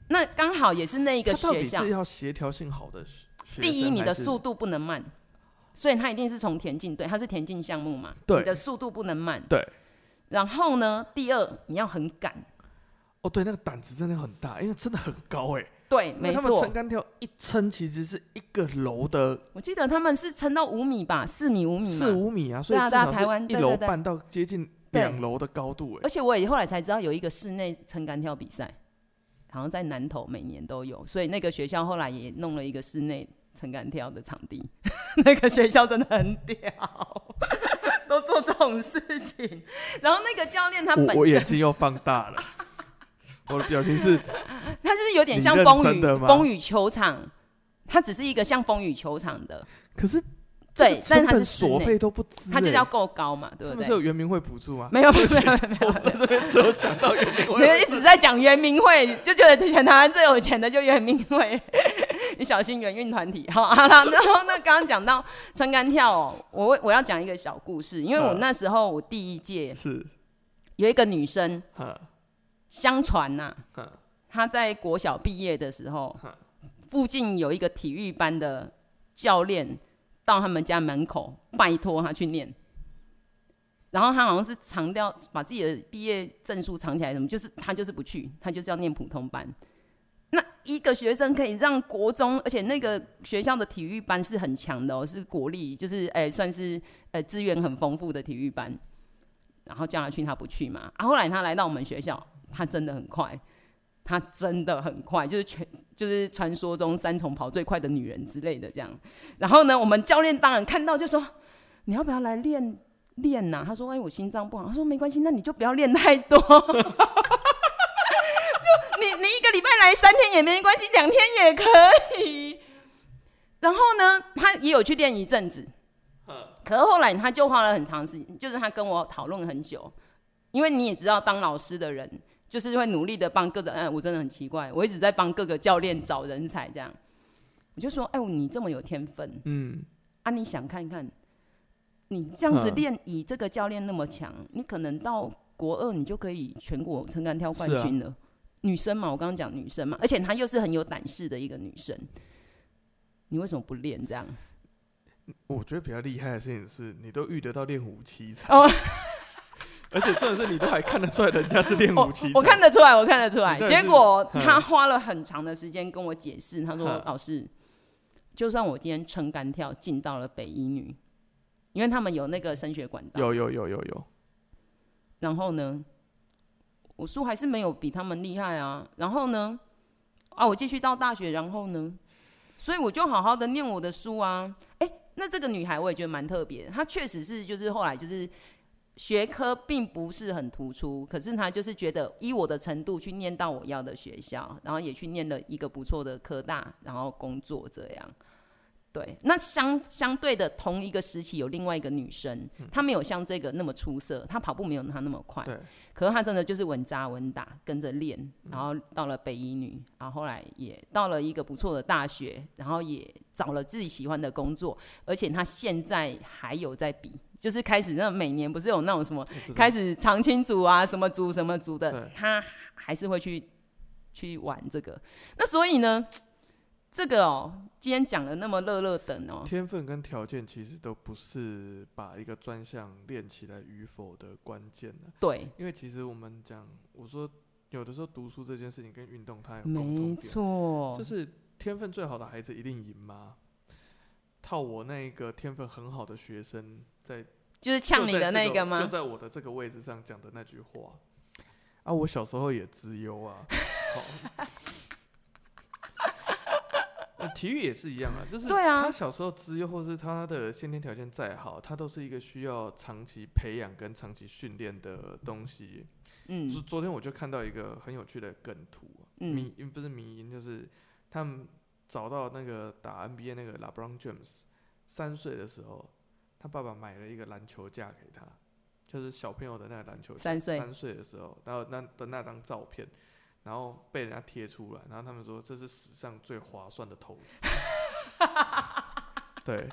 那刚好也是那一个欸他到学底校是，要协调性好的学学第一，生你还的是速度不能慢，所以它一定是从田径队，它是田径项目嘛，对你的速度不能慢。对。然后呢，第二，你要很赶，哦，对，那个胆子真的很大，因为真的很高哎。对，因为没他们错撑。杆跳一撑，其实是一个楼的我记得他们是撑到五米吧，四米五米嘛。四五米啊，所对以啊至对啊少台湾是一对对楼对半到接近对两楼的高度哎而。且我也后来才知道有一个室内撑杆跳比赛，好像在南投每年都有，所以那个学校后来也弄了一个室内撑杆跳的场地。 *laughs* 那个学校真的很屌， *laughs* 都做这种事情。然后那个教练他本我我眼身睛又放大 *laughs* 了，我的表情是他是有点像你认风真雨的吗风雨球场，他只是一个像风雨球场的， *laughs* 可是这对个，但成它是本室所内，费都不知、欸，它就要够高嘛，对他不们对是？有圆明会补助吗？ *laughs* 没有没对有不起没有没有我在这边只有想到圆明你们一会，直在讲圆明会，就觉得全台湾最有钱的就圆明会， *laughs* 你小心圆运团体。好，好了，然后那刚刚讲到撑杆跳哦，我我要讲一个小故事，因为我嗯那时候我第一届是有一个女生，啊，相传呐、嗯她在国小毕业的时候嗯，附近有一个体育班的教练到他们家门口拜托她去念，然后她好像是藏掉把自己的毕业证书藏起来，什么就是她就是不去，她就是要念普通班。那一个学生可以让国中，而且那个学校的体育班是很强的哦，是国力，就是哎、算是呃资源很丰富的体育班。然后叫他去，他不去嘛。啊，后来他来到我们学校，他真的很快，他真的很快，就是全就是传说中三重跑最快的女人之类的这样。然后呢，我们教练当然看到就说：“你要不要来练练呐、他说：“哎、我心脏不好。”他说：“没关系，那你就不要练太多。” *laughs* 就你你一个礼拜来三天也没关系，两天也可以。然后呢，他也有去练一阵子，可是后来他就花了很长时间，就是他跟我讨论很久，因为你也知道，当老师的人就是会努力的帮各个，哎，我真的很奇怪，我一直在帮各个教练找人才这样。我就说，哎、你这么有天分嗯，啊，你想看看，你这样子嗯练，以这个教练那么强，你可能到国二你就可以全国撑杆跳冠是啊军了。女生嘛，我刚刚讲女生嘛，而且她又是很有胆识的一个女生，你为什么不练这样？我觉得比较厉害的事情是你都遇得到练武奇才，哦而且重点是你都还看得出来人家是练武 *laughs* 奇才，哦我我看得出来，我看得出来。对结果是嗯他花了很长的时间跟我解释，他说嗯：“老师，就算我今天撑杆跳进到了北一女，因为他们有那个升学管道，有有有有有，然后呢，我叔还是没有比他们厉害啊。然后呢，啊，我继续到大学，然后呢，所以我就好好的念我的书啊。哎，那这个女孩我也觉得蛮特别的，她确实是就是后来就是学科并不是很突出，可是她就是觉得依我的程度去念到我要的学校，然后也去念了一个不错的科大，然后工作这样。对，那相相对的同一个时期有另外一个女生，她没有像这个那么出色，她跑步没有她那么快，对，可是她真的就是稳扎稳打，跟着练，嗯然后到了北医女，然后后来也到了一个不错的大学，然后也找了自己喜欢的工作，而且她现在还有在比，就是开始那每年不是有那种什么我知道开始长青组啊，什么组什么组的对，他还是会去去玩这个。那所以呢，这个哦，今天讲的那么乐乐等哦，天分跟条件其实都不是把一个专项练起来与否的关键呢、对，因为其实我们讲，我说有的时候读书这件事情跟运动它有共没同点，错就，是天分最好的孩子一定赢吗？套我那个天分很好的学生在就是呛你就在的那这个就吗？在我的这个位置上讲的那句话啊，我小时候也资优 *laughs* 啊。好那体育也是一样啊，就是对啊他小时候资优，或是他的先天条件再好，他都是一个需要长期培养跟长期训练的东西。昨、嗯昨天我就看到一个很有趣的梗图、啊，嗯迷不是迷因，就是他们找到那个打 NBA 那个 LeBron James，三岁的时候，他爸爸买了一个篮球架给他，就是小朋友的那个篮球架。三岁三岁的时候，然后那的那张照片，然后被人家贴出来，然后他们说这是史上最划算的投 *laughs* 资。对，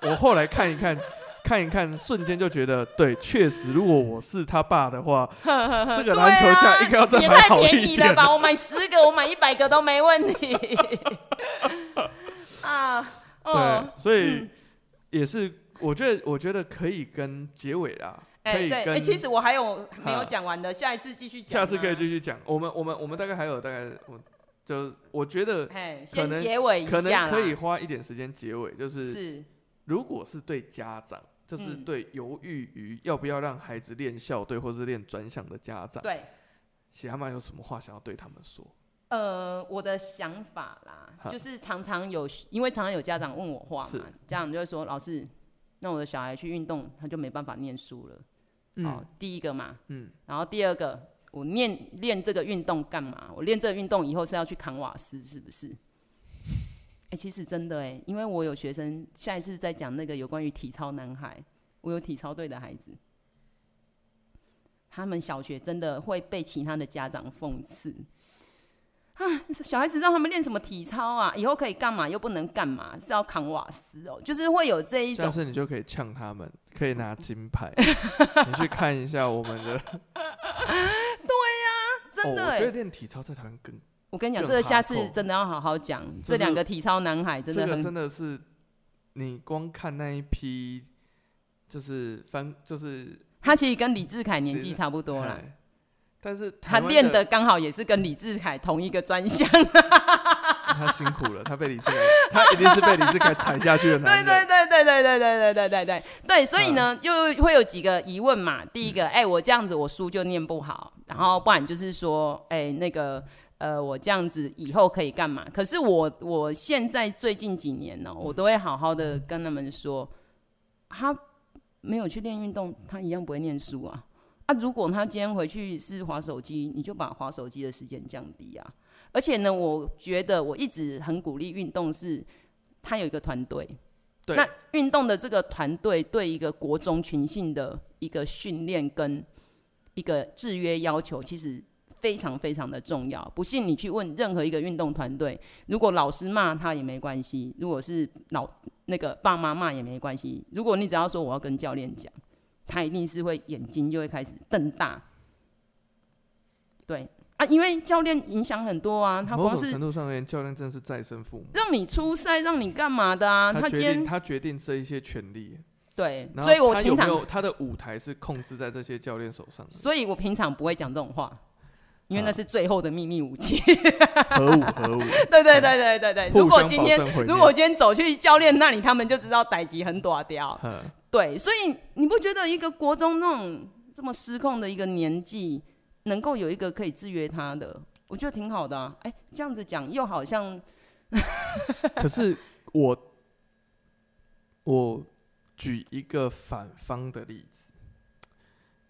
我后来看一看，看一看，瞬间就觉得，对，确实，如果我是他爸的 *laughs* 话，这个篮球架应该要再啊啊也买太好一便宜了点。吧！我买十个，我买一百个都没问题。 *laughs* 啊，哦，对，所以嗯也是，我觉得，我觉得可以跟结尾啦，可哎以对，跟哎，其实我还有没有哈讲完的，下一次继续讲啊，下次可以继续讲。我们我们我们大概还有大概，我就我觉得哎，可先能结尾一可下能啦可以花一点时间结尾，就是是如果是对家长，就是嗯对犹豫于要不要让孩子练校队或是练专项的家长，对，喜蛤蟆有什么话想要对他们说？呃，我的想法啦，哈就是常常有，因为常常有家长问我话是嘛，家长就会说，老师，那我的小孩去运动，他就没办法念书了。哦，第一个嘛，嗯然后第二个，我练练这个运动干嘛？我练这个运动以后是要去扛瓦斯，是不是？哎、其实真的哎、因为我有学生，下一次再讲那个有关于体操男孩，我有体操队的孩子，他们小学真的会被其他的家长讽刺。啊，小孩子让他们练什么体操啊？以后可以干嘛？又不能干嘛？是要扛瓦斯哦，就是会有这一下种次你就可以呛他们，可以拿金 *laughs* 牌。你去看一下我们的，真的、哦、欸我觉得练体操在台湾更我跟你讲，更这个下 hardcore 次真的要好好讲。是这两个体操男孩真这的个很，真的是，你光看那一批，就是翻就是他其实跟李志凯年纪差不多啦，哎但是他台湾练的刚好也是跟李志凯同一个专项。他辛苦了，他被李志凯，他一定是被李志凯踩下去的男对人。对对对对对对对对对对对，所以呢，就会有几个疑问嘛。第一个，哎，我这样子我书就念不好，然后不然就是说，哎，那个。呃，我这样子以后可以干嘛？可是我我现在最近几年呢、我都会好好的跟他们说，啊他没有去练运动，他一样不会念书啊。啊，如果他今天回去是划手机，你就把划手机的时间降低啊。而且呢，我觉得我一直很鼓励运动是，他有一个团队。对那运动的这个团队对一个国中群性的一个训练跟一个制约要求，其实非常非常的重要。不信你去问任何一个运动团队，如果老师骂他也没关系，如果是老那个爸妈骂也没关系，如果你只要说我要跟教练讲，他一定是会眼睛就会开始瞪大。对啊，因为教练影响很多啊，他某光种是程度上而言，教练真的是再生父母。让你出赛，让你干嘛的啊？他他今决定，天他决定这一些权利，对，然后所以我他平有没常，有他的舞台是控制在这些教练手上 *laughs* 的？所以我平常不会讲这种话，因为啊那是最后的秘密武器。 *laughs* 合舞合舞，对对对对对对，互如果相今保天证毁如灭果今天走去教练那里，他们就知道歹级很短掉。嗯对，所以你不觉得一个国中那种这么失控的一个年纪，能够有一个可以制约他的，我觉得挺好的、啊。哎，这样子讲又好像可是我我举一个反方的例子，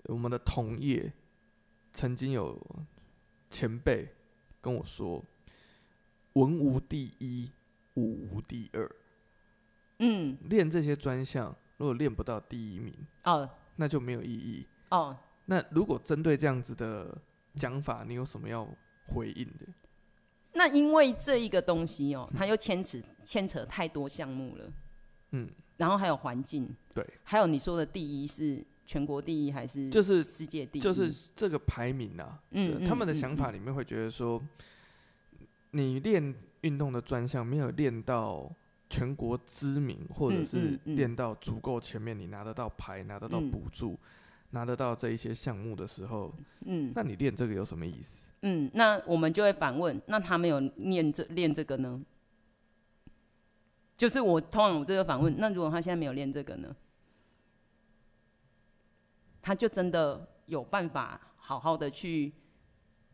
我们的同业曾经有前辈跟我说：“文无第一，武无第二。嗯练这些专项，如果练不到第一名，哦那就没有意义。哦，那如果针对这样子的讲法，你有什么要回应的？那因为这一个东西哦，它又牵扯牵扯太多项目了，嗯，然后还有环境，对，还有你说的第一是全国第一还是就是世界第一？就是这个排名啊，嗯是他嗯们的嗯想法里面会觉得说，你练运动的专项没有练到全国知名，或者嗯是嗯嗯练到足够前面，你拿得到牌，拿得到嗯补助，拿得到这一些项目的时候，嗯那你练这个有什么意思？嗯，那我们就会反问，那他没有念这练这个呢？就是我通常我这个反问，那如果他现在没有练这个呢？他就真的有办法好好的去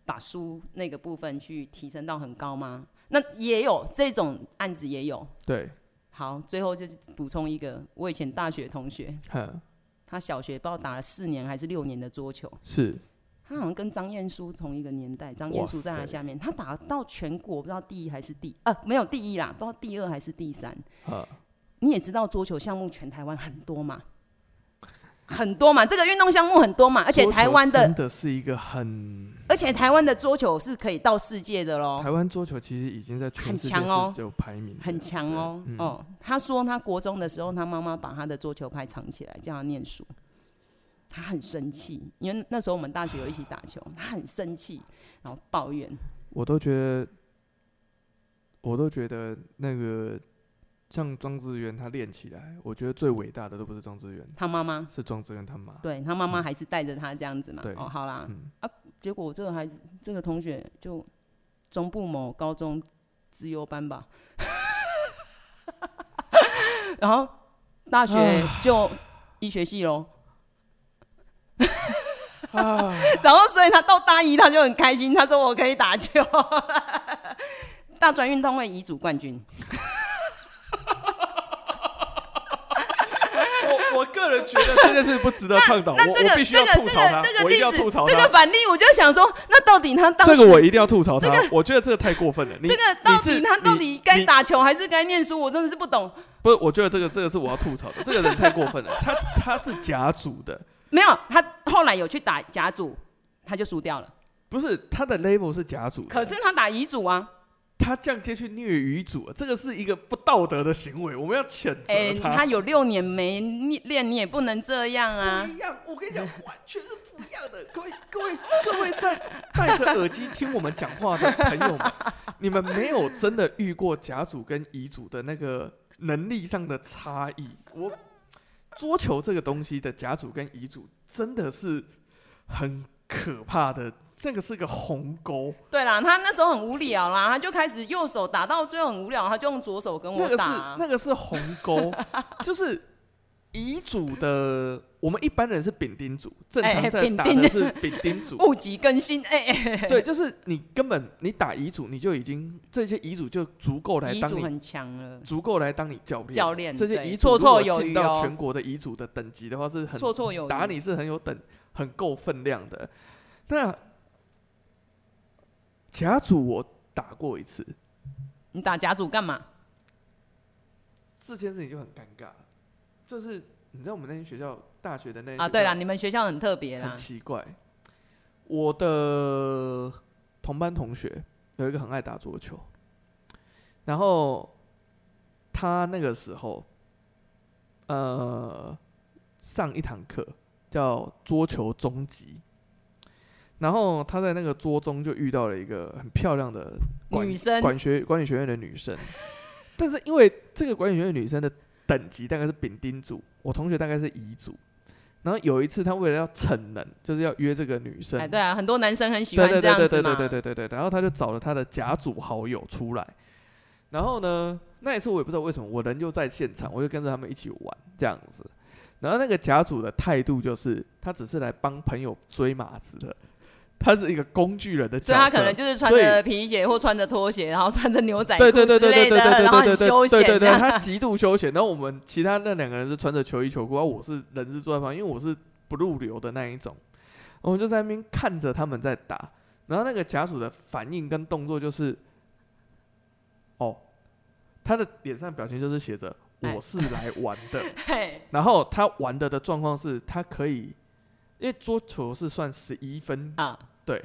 把书那个部分去提升到很高吗？那也有这种案子也有。对，好，最后就是补充一个，我以前大学同学，哼，他小学不知道打了四年还是六年的桌球，是他好像跟张燕书同一个年代，张哇燕书在塞他下面，他打到全国不知道第一还是第呃没有第一啦，不知道第二还是第三。啊，你也知道桌球项目全台湾很多嘛，很多嘛，这个运动项目很多嘛，而且桌球台湾的真的是一个很而且台湾的桌球是可以到世界的喽，台湾桌球其实已经在全哦很世界强哦是有排名的，很强哦。对嗯哦，他说他国中的时候，他妈妈把他的桌球拍藏起来，叫他念书。他很生气，因为那时候我们大学有一起打球，他很生气，然后抱怨。我都觉得，我都觉得那个像庄智渊他练起来，我觉得最伟大的都不是庄智渊，他妈妈，是庄智渊他妈。对他妈妈还是带着他这样子嘛嗯对。哦，好啦，嗯，结果我这个孩子，这个同学就中部某高中资优班吧， *laughs* 然后大学就医学系 *laughs* 喽。然后，所以他到大一他就很开心，他说我可以打球。 *laughs* 大专运动会乙组冠军，我我个人觉得这件事不值得倡导，我那这哦我个必须要这吐个这槽他个，这我个一定例要子吐槽，这个他，反例，我就想说，那到底他当时这个我一定要吐槽他这，我觉得这个太过分了。你这个到你是底他到你底该你打球还是该念书，我真的是不懂。不是？我觉得这个这个是我要吐槽的，这个人太过分了，他他是甲组的，没有，他后来有去打甲组，他就输掉了。不是他的 level 是甲组的，可是他打乙组啊，他降阶去虐鱼主，这个是一个不道德的行为，我们要谴哎、责他有六年没练，你也不能这样啊不。一样，我跟你讲，完全是不一样 *laughs* 的。各位、各位、各位在戴着耳机听我们讲话的朋友 *laughs* 们，你们没有真的遇过甲组跟乙组的那个能力上的差异。我桌球这个东西的甲组跟乙组真的是很可怕的，那个是个鸿沟，对啦，他那时候很无聊啦，他就开始右手打到最后很无聊，他就用左手跟那我个是打、啊。那个是鸿 *laughs* 沟，就是。乙组的，我们一般人是丙丁组，正常哎在丙打丁的 *laughs* 是丙丁组，物极更新，哎、哎， *laughs* 对，就是你根本你打遗嘱，你就已经这些遗嘱就足够来乙当组你很强了，足够来当你教练。教练这些对遗嘱绰如果绰有进余到哦全国的遗嘱的等级的话，是很绰绰有余。打你是很有等很够分量的。那甲组我打过一次，你打甲组干嘛？这件事情就很尴尬，就是你知道我们那间学校大学的那间啊，学对校啦，你们学校很特别啦很。奇怪。我的同班同学有一个很爱打桌球，然后他那个时候，呃，上一堂课叫桌球中级，然后他在那个桌中就遇到了一个很漂亮的管女生管学管理学院的女 *laughs* 生，但是因为这个管理学院女生的等级大概是丙丁组，我同学大概是乙组。然后有一次，他为了要逞能，就是要约这个女生，哎，对啊，很多男生很喜对欢对这对样对子对嘛。对对对对对，然后他就找了他的甲组好友出来，然后呢，那一次我也不知道为什么，我人就在现场，我就跟着他们一起玩这样子。然后那个甲组的态度就是，他只是来帮朋友追马子的，他是一个工具人的角色，所以他可能就是穿所以着皮鞋或穿着拖鞋，然后穿着牛仔对裤对对之对类对对的，对对然后很对休对闲对对这对，样。他极度休闲。然后我们其他那两个人是穿着球衣球裤，然后我是人是坐在旁边，因为我是不入流的那一种，我就在那边看着他们在打。然后那个甲属的反应跟动作就是，哦，他的脸上表情就是写着哎我是来玩的，嘿然后他玩的的状况是他可以，因为桌球是算十一分啊，对，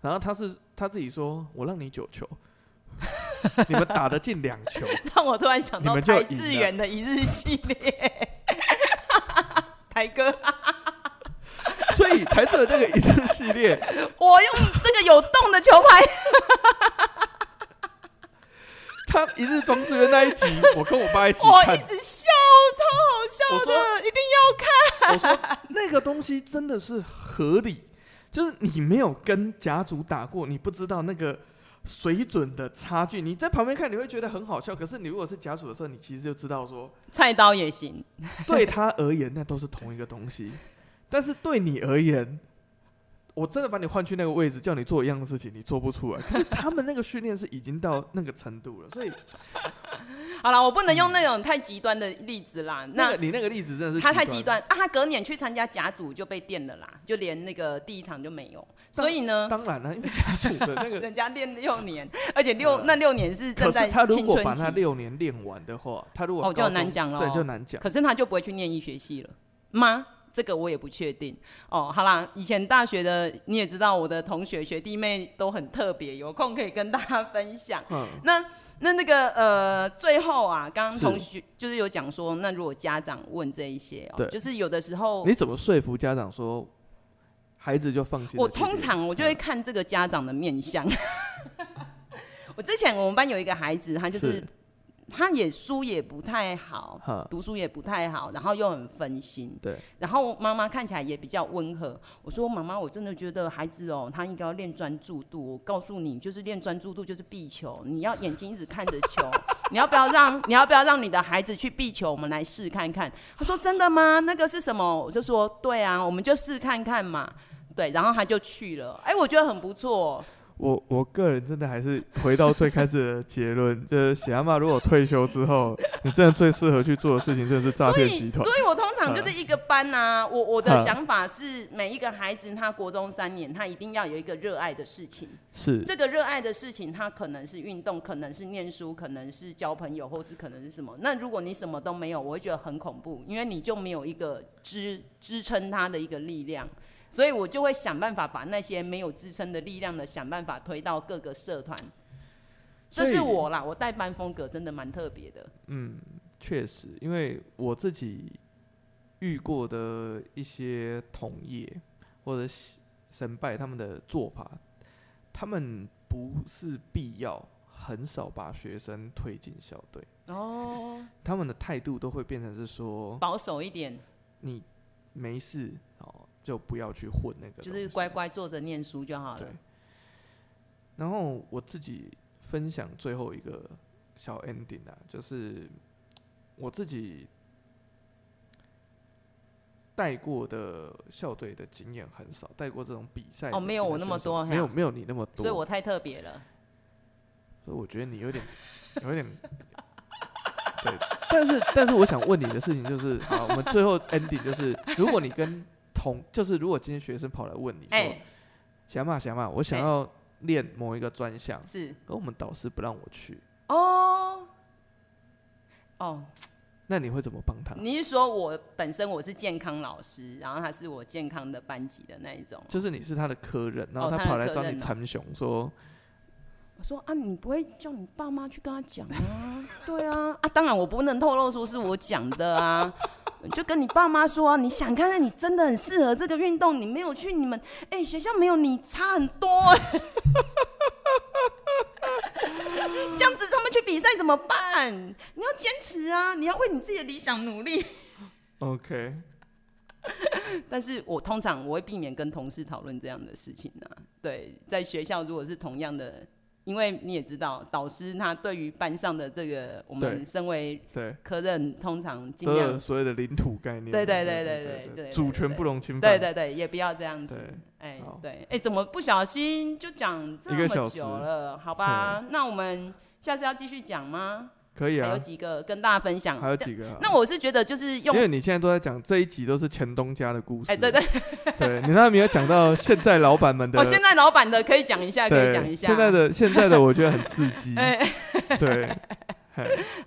然后他是他自己说，我让你九球，你们打得进两球， *laughs* 让我突然想你到们就台赢志了远的一日系列， *laughs* 台哥，所以台中的那个一日系列，我用这个有洞的球拍，他一日装置的那一集，我跟我爸一起我看一，直笑，超好我笑的，一定要看。我说那个东西真的是合理，就是你没有跟甲组打过，你不知道那个。水准的差距，你在旁边看你会觉得很好笑，可是你如果是甲组的时候，你其实就知道说，菜刀也行，对他而言，那都是同一个东西，但是对你而言，我真的把你换去那个位置，叫你做一样的事情，你做不出来。可是他们那个训练是已经到那个程度了，所以好了，我不能用那种太极端的例子啦。那那个你那个例子真的是他太极，端啊！他隔年去参加甲组就被电了啦，就连那个第一场就没有。所以呢，当然了，因为家属的 *laughs* 那个，人家练六年，而且六呃那六年是可 *laughs* 正在是他如青果春把他期，六年练完的话，他如果哦就高很难中讲了对，哦就难讲。可是他就不会去念医学系了吗？这个我也不确定哦。好啦，以前大学的你也知道，我的同学学弟妹都很特别，有空可以跟大家分享。嗯，那那那个呃，最后啊，刚刚是同学就是有讲说，那如果家长问这一些哦，对就是有的时候你怎么说服家长说孩子就放心？我通常我就嗯会看这个家长的面相。 *laughs* 我之前我们班有一个孩子，他啊就是是他也书也不太好哈，读书也不太好，然后又很分心。对，然后妈妈看起来也比较温和。我说妈妈，我真的觉得孩子哦，他应该要练专注度。我告诉你，就是练专注度就是壁球，你要眼睛一直看着球。 *laughs* 你要不要让你要不要让你的孩子去壁球？我们来试看看。他说真的吗？那个是什么？我就说对啊，我们就试看看嘛。对，然后他就去了。哎、我觉得很不错。我我个人真的还是回到最开始的结论， *laughs* 就是喜阿妈如果退休之后，你真的最适合去做的事情，真的是诈所骗以，集团所。以我通常就是一个班呐、我我的嗯想法是，每一个孩子他国中三年，他一定要有一个热爱的事情。是这个热爱的事情，它可能是运动，可能是念书，可能是交朋友，或是可能是什么。那如果你什么都没有，我会觉得很恐怖，因为你就没有一个支支撑它的一个力量。所以我就会想办法把那些没有支撑的力量的，想办法推到各个社团。这所以是我啦，我带班风格真的蛮特别的。嗯，确实，因为我自己遇过的一些同业或者是神拜他们的做法，他们不是必要，很少把学生推进校队，哦，他们的态度都会变成是说保守一点，你没事哦，就不要去混那个，就是乖。乖坐着念书就好对了。。然后我自己分享最后一个小 ending 啊，就是我自己带过的校队的经验很少，带过这种比赛哦的没有这个我那选么手多没有嘿啊没有你那么多，所以我太特别了。所以我觉得你有 *laughs* 点有点。对，但是但是我想问你的事情就是，好，我们最后 ending 就是，如果你跟同，就是如果今天学生跑来问你说，哎，小马小马，我想哎要练某一个专项，是可我们导师不让我去，哦，哦，那你会怎么帮他？你是说我本身我是健康老师，然后他是我健康的班级的那一种？就是你是他的科任，然后哦他他的跑来科找任你哦参雄说，我说啊，你不会叫你爸妈去跟他讲啊？ *laughs* 对啊，啊，当然我不能透露说是我讲的啊。 *laughs* 就跟你爸妈说啊，你想看看，你真的很适合这个运动，你没有去，你们哎、学校没有你差很多、 *laughs* 哎这样子他们去比赛怎么办？你要坚持啊，你要为你自己的理想努力。 OK，但是我通常我会避免跟同事讨论这样的事情啊。对，在学校如果是同样的，因为你也知道，导师他对于班上的这个，我对们身为对，科任，通常尽都有量，所谓的领土概念嘛，对对对对对对对对对主对权对不容侵对犯，对对，也不要这样子对。哎好，对，哎，怎么不小心就讲这一个小么时久了？好吧，那我们下次要继续讲吗？可以还有啊，几个跟大家分享还。有几个啊，那我是觉得就是用因，为你现在都在讲这一集都是前东家的故事，哎，对对，对，你那没有讲到现在老板 *laughs* 们的，哦，现在老板的可以讲一下，可以对讲一下。哎现在的现在的我觉得很刺 *laughs* 激，对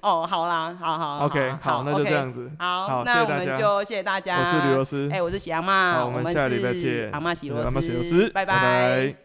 哦，好啦，好好好，OK，好，那就 OK 这样子，好好，谢那谢我大们家就谢谢大家。我是刘老师哎，我是喜阿妈，好我们下礼拜见阿妈喜我罗是斯，阿嬷喜罗斯拜拜拜